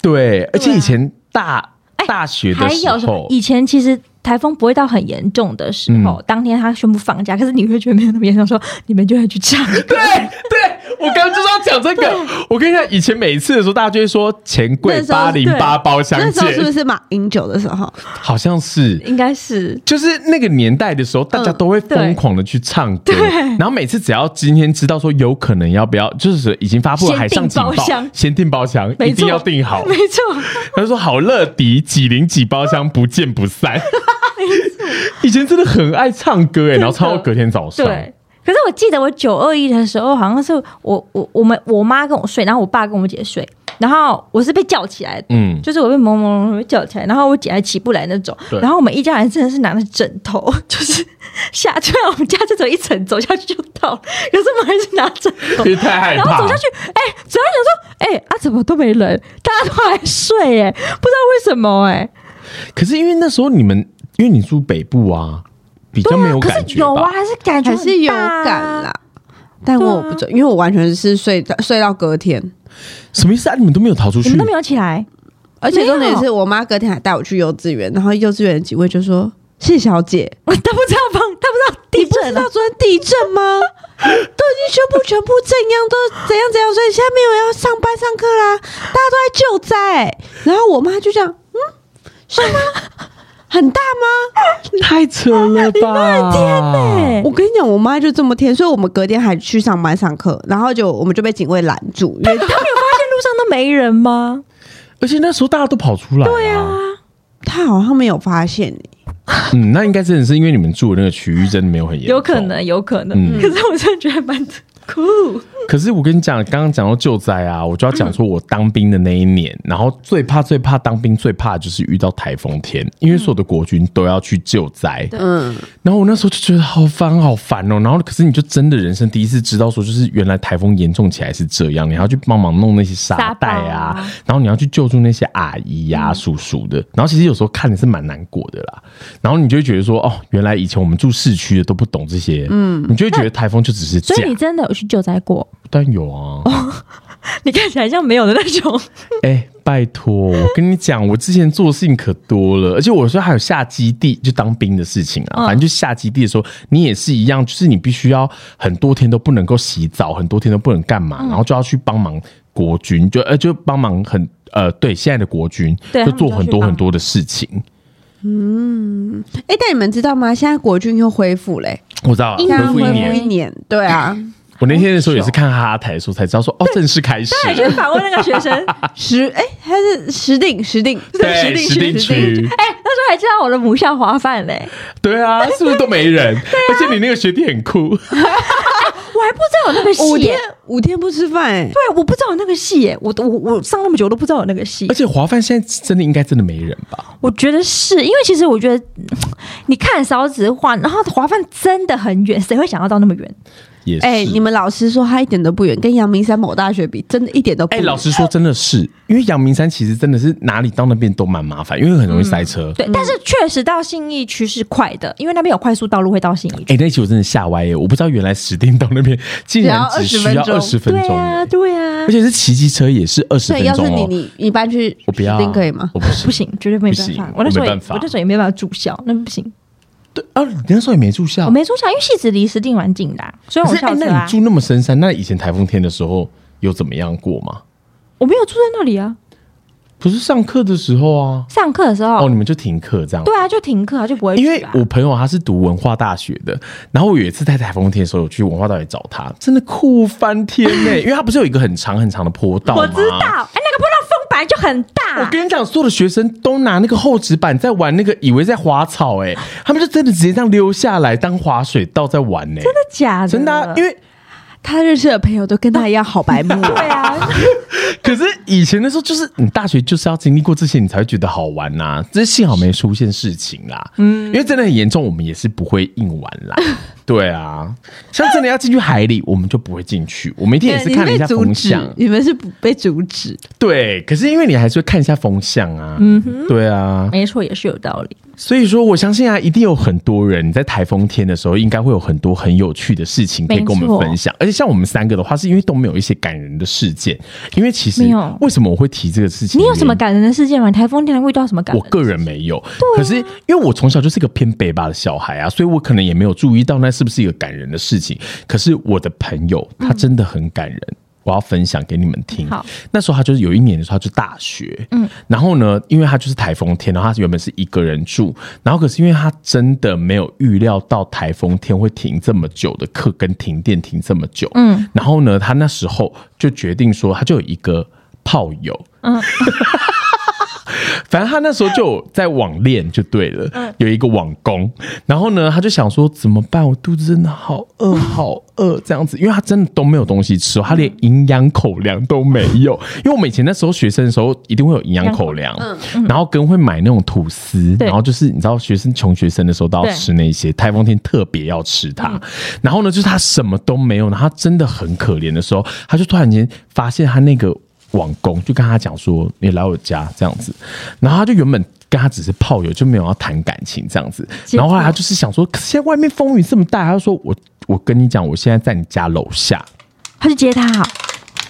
Speaker 1: 对，而且以前大大学的
Speaker 3: 还
Speaker 1: 时
Speaker 3: 有什么
Speaker 1: 候？，
Speaker 3: 以前其实台风不会到很严重的时
Speaker 1: 嗯
Speaker 3: 候，当天他宣布放假，可是你会觉得没有那么严重，说你们就会去唱歌。
Speaker 1: 对我刚刚就是要讲这个。我跟你讲，以前每一次的时候，大家就会说钱柜
Speaker 2: 那时
Speaker 1: 八
Speaker 2: 候是
Speaker 1: 零八包厢
Speaker 2: 那时候是不
Speaker 1: 见，
Speaker 2: 是马英九的时候？
Speaker 1: 好像是。
Speaker 3: 应该是
Speaker 1: 就是那个年代的时候，大
Speaker 3: 嗯
Speaker 1: 家都会疯狂的去唱歌，然后每次只要今天知道说有可能要不要，就是已经发布了
Speaker 3: 先
Speaker 1: 海上
Speaker 3: 订
Speaker 1: 警
Speaker 3: 包
Speaker 1: 报
Speaker 3: 厢，
Speaker 1: 先订包厢，
Speaker 3: 没
Speaker 1: 一
Speaker 3: 错
Speaker 1: 定要订好
Speaker 3: 没。错，
Speaker 1: 他就说好乐迪几零几包厢不见不散。以前真的很爱唱歌哎、然后唱到隔天早上，
Speaker 3: 对。可是我记得我九二一的时候，好像是我我我们我妈跟我睡，然后我爸跟我姐睡，然后我是被叫起来的，
Speaker 1: 嗯，
Speaker 3: 就是我被朦朦胧胧叫起来，然后我姐还起不来那种。
Speaker 1: 对
Speaker 3: 然后我们一家人真的是拿着枕头， 就是下，就像我们家就只有一层，走下去就到了。可是我们还是拿枕 头
Speaker 1: 因，为太害
Speaker 3: 然后
Speaker 1: 怕
Speaker 3: 走下。去，哎、走下去想说，哎、啊，怎么都没人，大家都还睡、哎，不知道为什么、哎，
Speaker 1: 可是因为那时候你们，因为你住北部啊，比较
Speaker 3: 对
Speaker 1: 没有
Speaker 3: 啊，可
Speaker 1: 感
Speaker 3: 是
Speaker 1: 觉
Speaker 3: 有啊，
Speaker 1: 吧？
Speaker 3: 还是感觉
Speaker 2: 还是有
Speaker 3: 很大啊
Speaker 2: 感啦，啊但我不准，因为我完全是睡到睡到隔天，
Speaker 1: 什么意思啊？你们都没有逃出
Speaker 3: 你
Speaker 1: 去
Speaker 3: 们都没有起 来，
Speaker 2: 而且重
Speaker 3: 没有
Speaker 2: 点是我妈隔天还带我去幼稚园，然后幼稚园的几位就说：“谢小姐，
Speaker 3: 他不知道帮，他不知
Speaker 1: 啊
Speaker 3: 道地
Speaker 2: 你不
Speaker 3: 震啊
Speaker 2: 知
Speaker 3: 了
Speaker 2: 道。昨天地震 吗？都已经宣布全部震央都怎样怎样，所以现在没有要上班上课啦，大家都在救灾。”然后我妈就这样：“嗯，是 吗？很大吗？”
Speaker 1: 太扯了 吧！
Speaker 3: 对
Speaker 2: 我跟你讲，我妈就这么天，所以我们隔天还去上班上课，然后就我们就被警卫拦住， 因为
Speaker 3: 他们有发现路上都没人吗？
Speaker 1: 而且那时候大家都跑出来、
Speaker 3: 对啊，
Speaker 2: 她好像没有发现、欸。
Speaker 1: 嗯，那应该真的是因为你们住的那个区域真的没有很严重，
Speaker 3: 有可能，有可能。
Speaker 1: 嗯
Speaker 3: 可是我真的觉得蛮
Speaker 2: 酷，
Speaker 1: 可是我跟你讲，刚刚讲到救灾啊，我就要讲说我当兵的那一年， 然后最怕最怕当兵最怕的就是遇到台风天，因为所有的国军都要去救灾。
Speaker 2: 嗯，
Speaker 1: 然后我那时候就觉得好烦好烦哦。然后可是你就真的人生第一次知道说，就是原来台风严重起来是这样，你还要去帮忙弄那些沙袋啊，
Speaker 3: 沙包啊嗯
Speaker 1: 然后你要去救助那些阿姨呀、叔叔的。然后其实有时候看的是蛮难过的啦。然后你就会觉得说，哦，原来以前我们住市区的都不懂这些，嗯，你就会觉得台风就只是假
Speaker 3: 所以你真的有去救灾过？
Speaker 1: 但有啊，
Speaker 3: 你看起来像没有的那 种。
Speaker 1: 哎、拜托，我跟你讲，我之前做的事情可多了，而且我说还有下基地，就当兵的事情啊，
Speaker 3: 嗯
Speaker 1: 反正就下基地的时候，你也是一样，就是你必须要很多天都不能够洗澡，很多天都不能干
Speaker 3: 嗯
Speaker 1: 嘛，然后就要去帮忙国军，就呃就帮忙很呃对现在的国军，
Speaker 3: 对
Speaker 1: 就做
Speaker 3: 他们
Speaker 1: 很
Speaker 3: 就要去
Speaker 1: 多
Speaker 3: 帮
Speaker 1: 很多的事情。
Speaker 2: 哎、但你们知道吗？现在国军又恢复嘞、
Speaker 1: 我知道了，
Speaker 3: 应
Speaker 2: 现
Speaker 1: 恢
Speaker 2: 在
Speaker 1: 复一
Speaker 2: 恢复
Speaker 1: 年。
Speaker 2: 一年，对啊，
Speaker 1: 我那天的时候也是看哈哈台的时候才知道说，哦，正式开始。
Speaker 3: 对，去访问那个 学生，
Speaker 2: 石哎、还是石定石定
Speaker 1: 对，
Speaker 2: 石
Speaker 1: 石定
Speaker 2: 定
Speaker 1: 区，
Speaker 3: 哎、那时候还知道我的母校滑饭嘞、
Speaker 1: 对啊，是不是都没人？
Speaker 3: 啊
Speaker 1: 而且你那个学弟很酷，
Speaker 3: 我还不知道有那个戏、
Speaker 2: 五
Speaker 3: 耶
Speaker 2: 天五天不吃饭、
Speaker 1: 欸
Speaker 2: 哎，
Speaker 3: 对，我不知道有那个戏耶、我我我上那么久我都不知道有那个戏
Speaker 1: 而，且华范现在真的应该真的没人吧？
Speaker 3: 我觉得是因为其实我觉得嗯你看少子化，然后滑饭真的很远，谁会想要到那么远？
Speaker 1: 也是。
Speaker 2: 哎、你们老师说他一点都不远，跟阳明山某大学比，真的一点都不
Speaker 1: 哎、
Speaker 2: 远。
Speaker 1: 老实说，真的是，因为阳明山其实真的是哪里到那边都蛮麻烦，因为很容易塞车。
Speaker 3: 对，但是确实到信义区是快的，因为那边有快速道路会到信义区。
Speaker 1: 哎、那期我真的吓歪耶！我不知道原来石定到那边竟然只需要
Speaker 2: 只要
Speaker 1: 二十
Speaker 2: 20
Speaker 1: 分
Speaker 3: 对
Speaker 1: 钟、
Speaker 3: 啊，对啊
Speaker 1: 而，且是骑机车也是二十
Speaker 2: 所以
Speaker 1: 分
Speaker 2: 要是
Speaker 1: 钟
Speaker 2: 你
Speaker 1: 哦、
Speaker 2: 你你搬去
Speaker 1: 我不要、啊
Speaker 2: 石定可以吗？
Speaker 1: 我不行
Speaker 3: 不行，绝对没
Speaker 1: 不
Speaker 3: 办
Speaker 1: 行
Speaker 3: 法。我那时候也
Speaker 1: 我没办法
Speaker 3: 我那时候也没办法住校，那不行，
Speaker 1: 对啊！你那时候也没住校，
Speaker 3: 哦我没住校，因为戏子离石定蛮近的啊、所以
Speaker 1: 可
Speaker 3: 我
Speaker 1: 是、哎
Speaker 3: 校车
Speaker 1: 那
Speaker 3: 啊
Speaker 1: 你，住那么深山，那以前台风天的时候有怎么样过吗？
Speaker 3: 我没有住在那里啊。
Speaker 1: 不是上课的时候啊，
Speaker 3: 上课的时候，
Speaker 1: 哦，你们就停课这样。
Speaker 3: 对啊，就停课啊，就不会
Speaker 1: 因为
Speaker 3: 去啊
Speaker 1: 我朋友他是读文化大学的，然后我有一次在台风天的时候，我去文化大学找他，真的酷翻天呢、因为他不是有一个很长很长的坡道吗？
Speaker 3: 我知道，哎、那个波浪风本来就很大，
Speaker 1: 我跟你讲，所有的学生都拿那个厚纸板在玩那个，以为在滑草、欸，他们就真的直接这样溜下来当滑水道在玩呢、
Speaker 3: 真的假的？
Speaker 1: 真的啊、因为
Speaker 2: 他认识的朋友都跟他一样好白目、 哦。
Speaker 3: 对啊，
Speaker 1: 可是以前的时候，就是你大学就是要经历过这些，你才会觉得好玩呐、只是幸好没出现事情啦，嗯，因为真的很严重，我们也是不会硬玩 啦。对啊，像真的要进去海里，我们就不会进去，我们一定也是看了一下
Speaker 2: 你们被
Speaker 1: 风
Speaker 2: 阻止
Speaker 1: 向。
Speaker 2: 你们是不被阻止，
Speaker 1: 对，可是因为你还是会看一下风向啊，嗯哼，对啊，
Speaker 3: 没错，也是有道理。
Speaker 1: 所以说我相信啊，一定有很多人在台风天的时候，应该会有很多很有趣的事情可以
Speaker 3: 没
Speaker 1: 跟我们
Speaker 3: 错
Speaker 1: 分享。而且像我们三个的话，是因为都没有一些感人的事件，因为其实
Speaker 3: 没有
Speaker 1: 为什么我会提这个事情？
Speaker 3: 你有什么？感人的事件吗？台风天会遇到什么感
Speaker 1: 我
Speaker 3: 人？
Speaker 1: 个人没有，可是因为我从小就是一个偏北吧的小孩啊，所以我可能也没有注意到那是不是一个感人的事情。可是我的朋友他真的很感人，我要分享给你们听。
Speaker 3: 好
Speaker 1: 那时候他就是有一年的时候，他就大学，嗯，然后呢，因为他就是台风天，然后他原本是一个人住，然后可是因为他真的没有预料到台风天会停这么久的课，跟停电停这么久，嗯，然后呢，他那时候就决定说，他就有一个炮友，反正他那时候就有在网恋就对了，有一个网工，然后呢，他就想说怎么办？我肚子真的好饿，好饿这样子，因为他真的都没有东西吃哦，他连营养口粮都没有。因为我们以前那时候学生的时候，一定会有营养口粮，然后跟会买那种吐司，
Speaker 3: 对
Speaker 1: 然后就是你知道学生穷学生的时候都要
Speaker 3: 对
Speaker 1: 吃那些，台风天特别要吃它。然后呢，就是他什么都没有，然后他真的很可怜的时候，他就突然间发现他那个网工就跟他讲说：“你来我家这样子。”然后他就原本跟他只是炮友，就没有要谈感情这样子。
Speaker 3: 结果
Speaker 1: 然后后来他就是想说，可是现在外面风雨这么大，他就说我我跟你讲，我现在在你家楼下。
Speaker 3: 他去接他啊，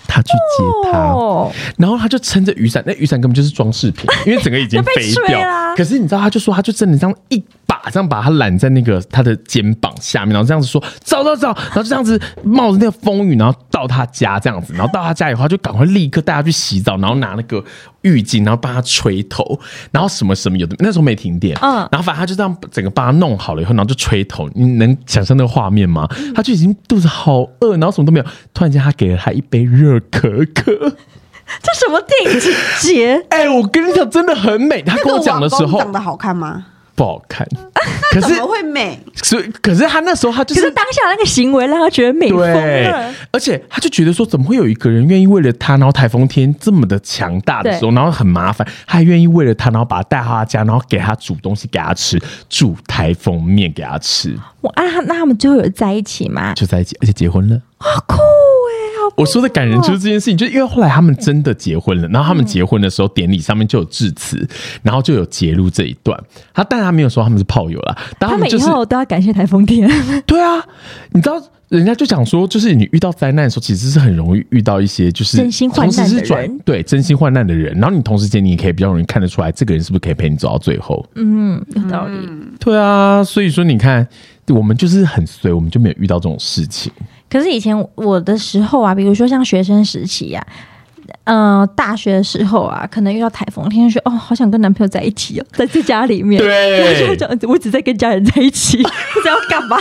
Speaker 1: 他去接他，
Speaker 3: 哦
Speaker 1: 然后他就撑着雨伞，那雨伞根本就是装饰品，因为整个已 经
Speaker 3: 就被
Speaker 1: 飞
Speaker 3: 吹啊
Speaker 1: 掉。
Speaker 3: 啦
Speaker 1: 可是你知道，他就说，他就真的这样一把这样把他揽在那个他的肩膀下面，然后这样子说走走走，然后就这样子冒着那个风雨，然后到他家这样子，然后到他家以后，他就赶快立刻带他去洗澡，然后拿那个浴巾，然后帮他吹头，然后什么什么有的，那时候没停电，嗯
Speaker 3: 嗯，
Speaker 1: 然后反正他就这样整个帮他弄好了以后，然后就吹头，你能想象那个画面吗？他就已经肚子好饿，然后什么都没有，突然间他给了他一杯热可可。？
Speaker 3: 这什么电影情节
Speaker 1: 哎、我跟你讲，真的很美。他跟我讲的时
Speaker 2: 那个
Speaker 1: 候
Speaker 2: 网红长得好看吗？
Speaker 1: 不好看，可
Speaker 2: 怎
Speaker 1: 是
Speaker 2: 么会美？
Speaker 1: 所以可是他那时候他就
Speaker 3: 可是
Speaker 1: 是。
Speaker 3: 当下那个行为让他觉得美疯
Speaker 1: 对
Speaker 3: 了。，
Speaker 1: 而且他就觉得说，怎么会有一个人愿意为了他，然后台风天这么的强大的时候，然后很麻烦，他还愿意为了他，然后把他带到他家，然后给他煮东西给他吃，煮台风面给他吃，
Speaker 3: 我啊，那他们最后有在一起吗？
Speaker 1: 就在一起，而且结婚了。
Speaker 3: 好酷
Speaker 1: 欸
Speaker 3: 哎、好酷
Speaker 1: 我说的感人就是这件事情，就是因为后来他们真的结婚了，然后他们结婚的时候典礼上面就有致辞，然后就有揭露这一段。他但他没有说他们是炮友啦，但
Speaker 3: 他
Speaker 1: 们
Speaker 3: 们
Speaker 1: 就
Speaker 3: 以
Speaker 1: 是
Speaker 3: 后都要感谢台风天，
Speaker 1: 对啊，你知道。人家就讲说，就是你遇到灾难的时候，其实是很容易遇到一些就是
Speaker 3: 真心患难的
Speaker 1: 同时是转
Speaker 3: 人
Speaker 1: 对真心患难的人。然后你同时间你也可以比较容易看得出来，这个人是不是可以陪你走到最后。
Speaker 3: 嗯，有道理。
Speaker 1: 对啊，所以说你看，我们就是很随，我们就没有遇到这种事情。
Speaker 3: 可是以前我的时候啊，比如说像学生时期呀、嗯、大学的时候啊，可能遇到台风天，就觉得哦，好想跟男朋友在一起哦， 在在家里面，
Speaker 1: 对
Speaker 3: 然后就讲我只在跟家人在一 起，不知道要干嘛。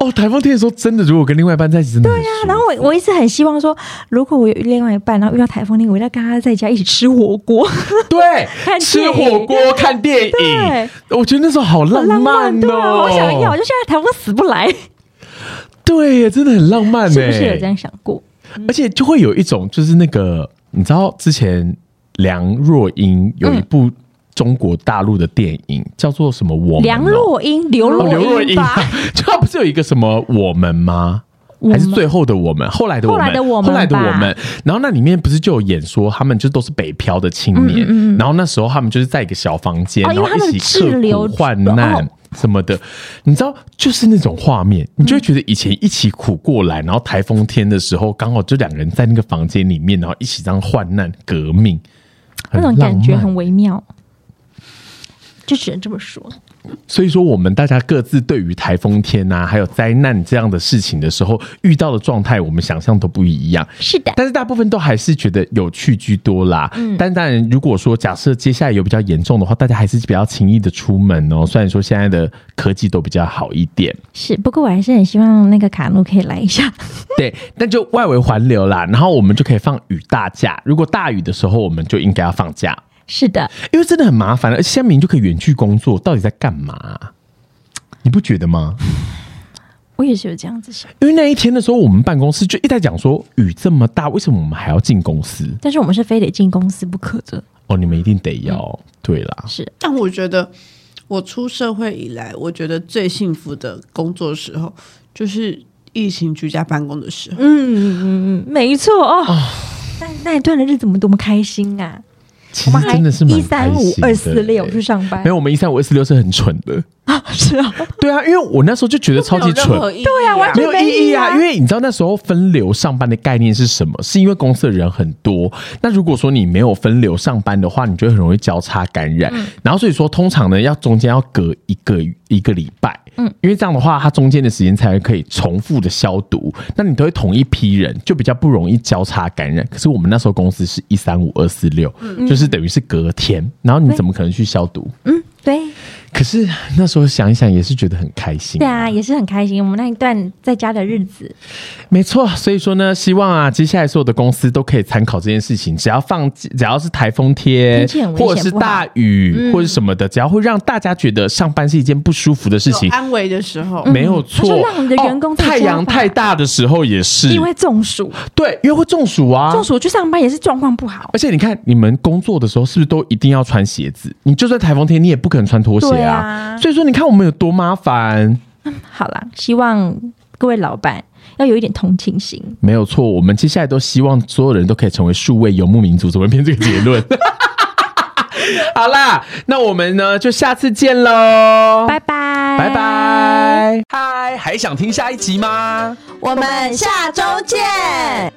Speaker 1: 哦，台风天的时候，真的如果跟另外一半在一起，真的对 呀、
Speaker 3: 然后我我一直很希望说，如果我有另外一半，然后遇到台风天，我一定要跟他在家一起吃火锅，
Speaker 1: 对，
Speaker 3: 啊看
Speaker 1: 吃
Speaker 3: 电影
Speaker 1: 火锅、看电影
Speaker 3: 对，
Speaker 1: 我觉得那时候好
Speaker 3: 好
Speaker 1: 浪
Speaker 3: 浪
Speaker 1: 漫
Speaker 3: 对啊，
Speaker 1: 哦、
Speaker 3: 我想要，我就现在台风死不来，
Speaker 1: 对耶，真的很浪漫
Speaker 3: 是
Speaker 1: 耶，
Speaker 3: 不是有这样想过？
Speaker 1: 而且就会有一种就是那个，你知道之前梁若英有一
Speaker 3: 嗯
Speaker 1: 部中国大陆的电影、叫做什么？我们哦
Speaker 3: 梁若英、刘
Speaker 1: 哦刘若
Speaker 3: 若
Speaker 1: 英
Speaker 3: 英
Speaker 1: 啊
Speaker 3: 吧，，
Speaker 1: 就她不是有一个什么我们吗？还是最后的我们，后来的我们，
Speaker 3: 后来的我们吧
Speaker 1: 后来的我们然后那里面不是就有演说，他们就都是北漂的青年，然后那时候他们就是在一个小房间，
Speaker 3: 嗯哦因
Speaker 1: 然
Speaker 3: 为
Speaker 1: 后
Speaker 3: 他们
Speaker 1: 一起
Speaker 3: 滞
Speaker 1: 刻
Speaker 3: 留
Speaker 1: 苦患难
Speaker 3: 哦
Speaker 1: 什么的，你知道，就是那种画面，你就会觉得以前一起苦过来，然后台风天的时候，刚好就两个人在那个房间里面，然后一起这样患难革命，
Speaker 3: 那种感觉
Speaker 1: 浪漫
Speaker 3: 很微妙，就只能这么说。
Speaker 1: 所以说，我们大家各自对于台风天啊，还有灾难这样的事情的时候，遇到的状态，我们想象都不一样。
Speaker 3: 是的，
Speaker 1: 但是大部分都还是觉得有趣居多啦。但当然，如果说假设接下来有比较严重的话，大家还是比较轻易的出门哦。虽然说现在的科技都比较好一点，
Speaker 3: 是，不过我还是很希望那个卡努可以来一下。
Speaker 1: 对，那就外围环流啦，然后我们就可以放雨大假。如果大雨的时候，我们就应该要放假，
Speaker 3: 是的，
Speaker 1: 因为真的很麻烦了。而且现在明明就可以远距工作，到底在干嘛啊？你不觉得吗？
Speaker 3: 我也是有这样子想，
Speaker 1: 因为那一天的时候，我们办公室就一直在讲说，雨这么大，为什么我们还要进公司？
Speaker 3: 但是我们是非得进公司不可的。
Speaker 1: 哦，你们一定得要，
Speaker 3: 嗯
Speaker 1: 对啦，
Speaker 3: 是
Speaker 2: 但我觉得，我出社会以来，我觉得最幸福的工作时候，就是疫情居家办公的时候。
Speaker 3: 嗯，没错哦。
Speaker 1: 啊
Speaker 3: 那那一段的日子我们多么开心啊！
Speaker 1: 其
Speaker 3: 我
Speaker 1: 实
Speaker 3: 们
Speaker 1: 嗯
Speaker 3: 还
Speaker 1: 真的是蛮
Speaker 3: 一三
Speaker 1: 开
Speaker 3: 五
Speaker 1: 心的
Speaker 3: 二四六
Speaker 1: 欸
Speaker 3: 去上班
Speaker 1: 没，有，我们一三五二四六是很蠢的。
Speaker 3: 是啊，
Speaker 1: 对啊，因为我那时候就觉得超级蠢，
Speaker 2: 对
Speaker 3: 啊完
Speaker 1: 没
Speaker 3: 全
Speaker 1: 有
Speaker 3: 没
Speaker 1: 意义
Speaker 3: 意义
Speaker 1: 啊。
Speaker 3: 啊
Speaker 1: 因为你知道那时候分流上班的概念是什么？是因为公司的人很多，那如果说你没有分流上班的话，你就会很容易交叉感染。然后所以说，通常呢要中间要隔一个一个礼拜。嗯，因为这样的话，它中间的时间才可以重复的消毒，那你都会同一批人，就比较不容易交叉感染。可是我们那时候公司是一三五二四六，就是等于是隔天，然后你怎么可能去消毒？
Speaker 3: 嗯， 对，
Speaker 1: 可是那时候想一想，也是觉得很开心、
Speaker 3: 对啊，也是很开心。我们那一段在家的日子，
Speaker 1: 没错，所以说呢，希望啊，接下来所有的公司都可以参考这件事情。只要放，只要是台风天
Speaker 3: 天气很，危险
Speaker 1: 或者是
Speaker 3: 不好嗯
Speaker 1: 大雨，或者什么的，只要会让大家觉得上班是一件不舒服的事
Speaker 3: 啊
Speaker 1: 情，
Speaker 2: 安慰的时候，
Speaker 1: 没有
Speaker 3: 他
Speaker 1: 错。
Speaker 3: 说嗯让我们的员工
Speaker 1: 哦
Speaker 3: 在家吧
Speaker 1: 太阳太大的时候也是，
Speaker 3: 因为中暑，
Speaker 1: 对，因为会中暑啊。
Speaker 3: 中暑去上班也是状况不好。
Speaker 1: 而且你看，你们工作的时候是不是都一定要穿鞋子？你就算台风天，你也不可能穿拖鞋
Speaker 3: 对
Speaker 1: 啊。
Speaker 3: 啊
Speaker 1: 所以说，你看我们有多麻烦。
Speaker 3: 好啦，希望各位老板要有一点同情心。
Speaker 1: 没有错，我们接下来都希望所有人都可以成为数位游牧民族，怎么变这个结论？ 好啦，那我们呢就下次见喽，
Speaker 3: 拜拜，
Speaker 1: 拜，拜，嗨，还想听下一集吗？
Speaker 3: 我们下周见。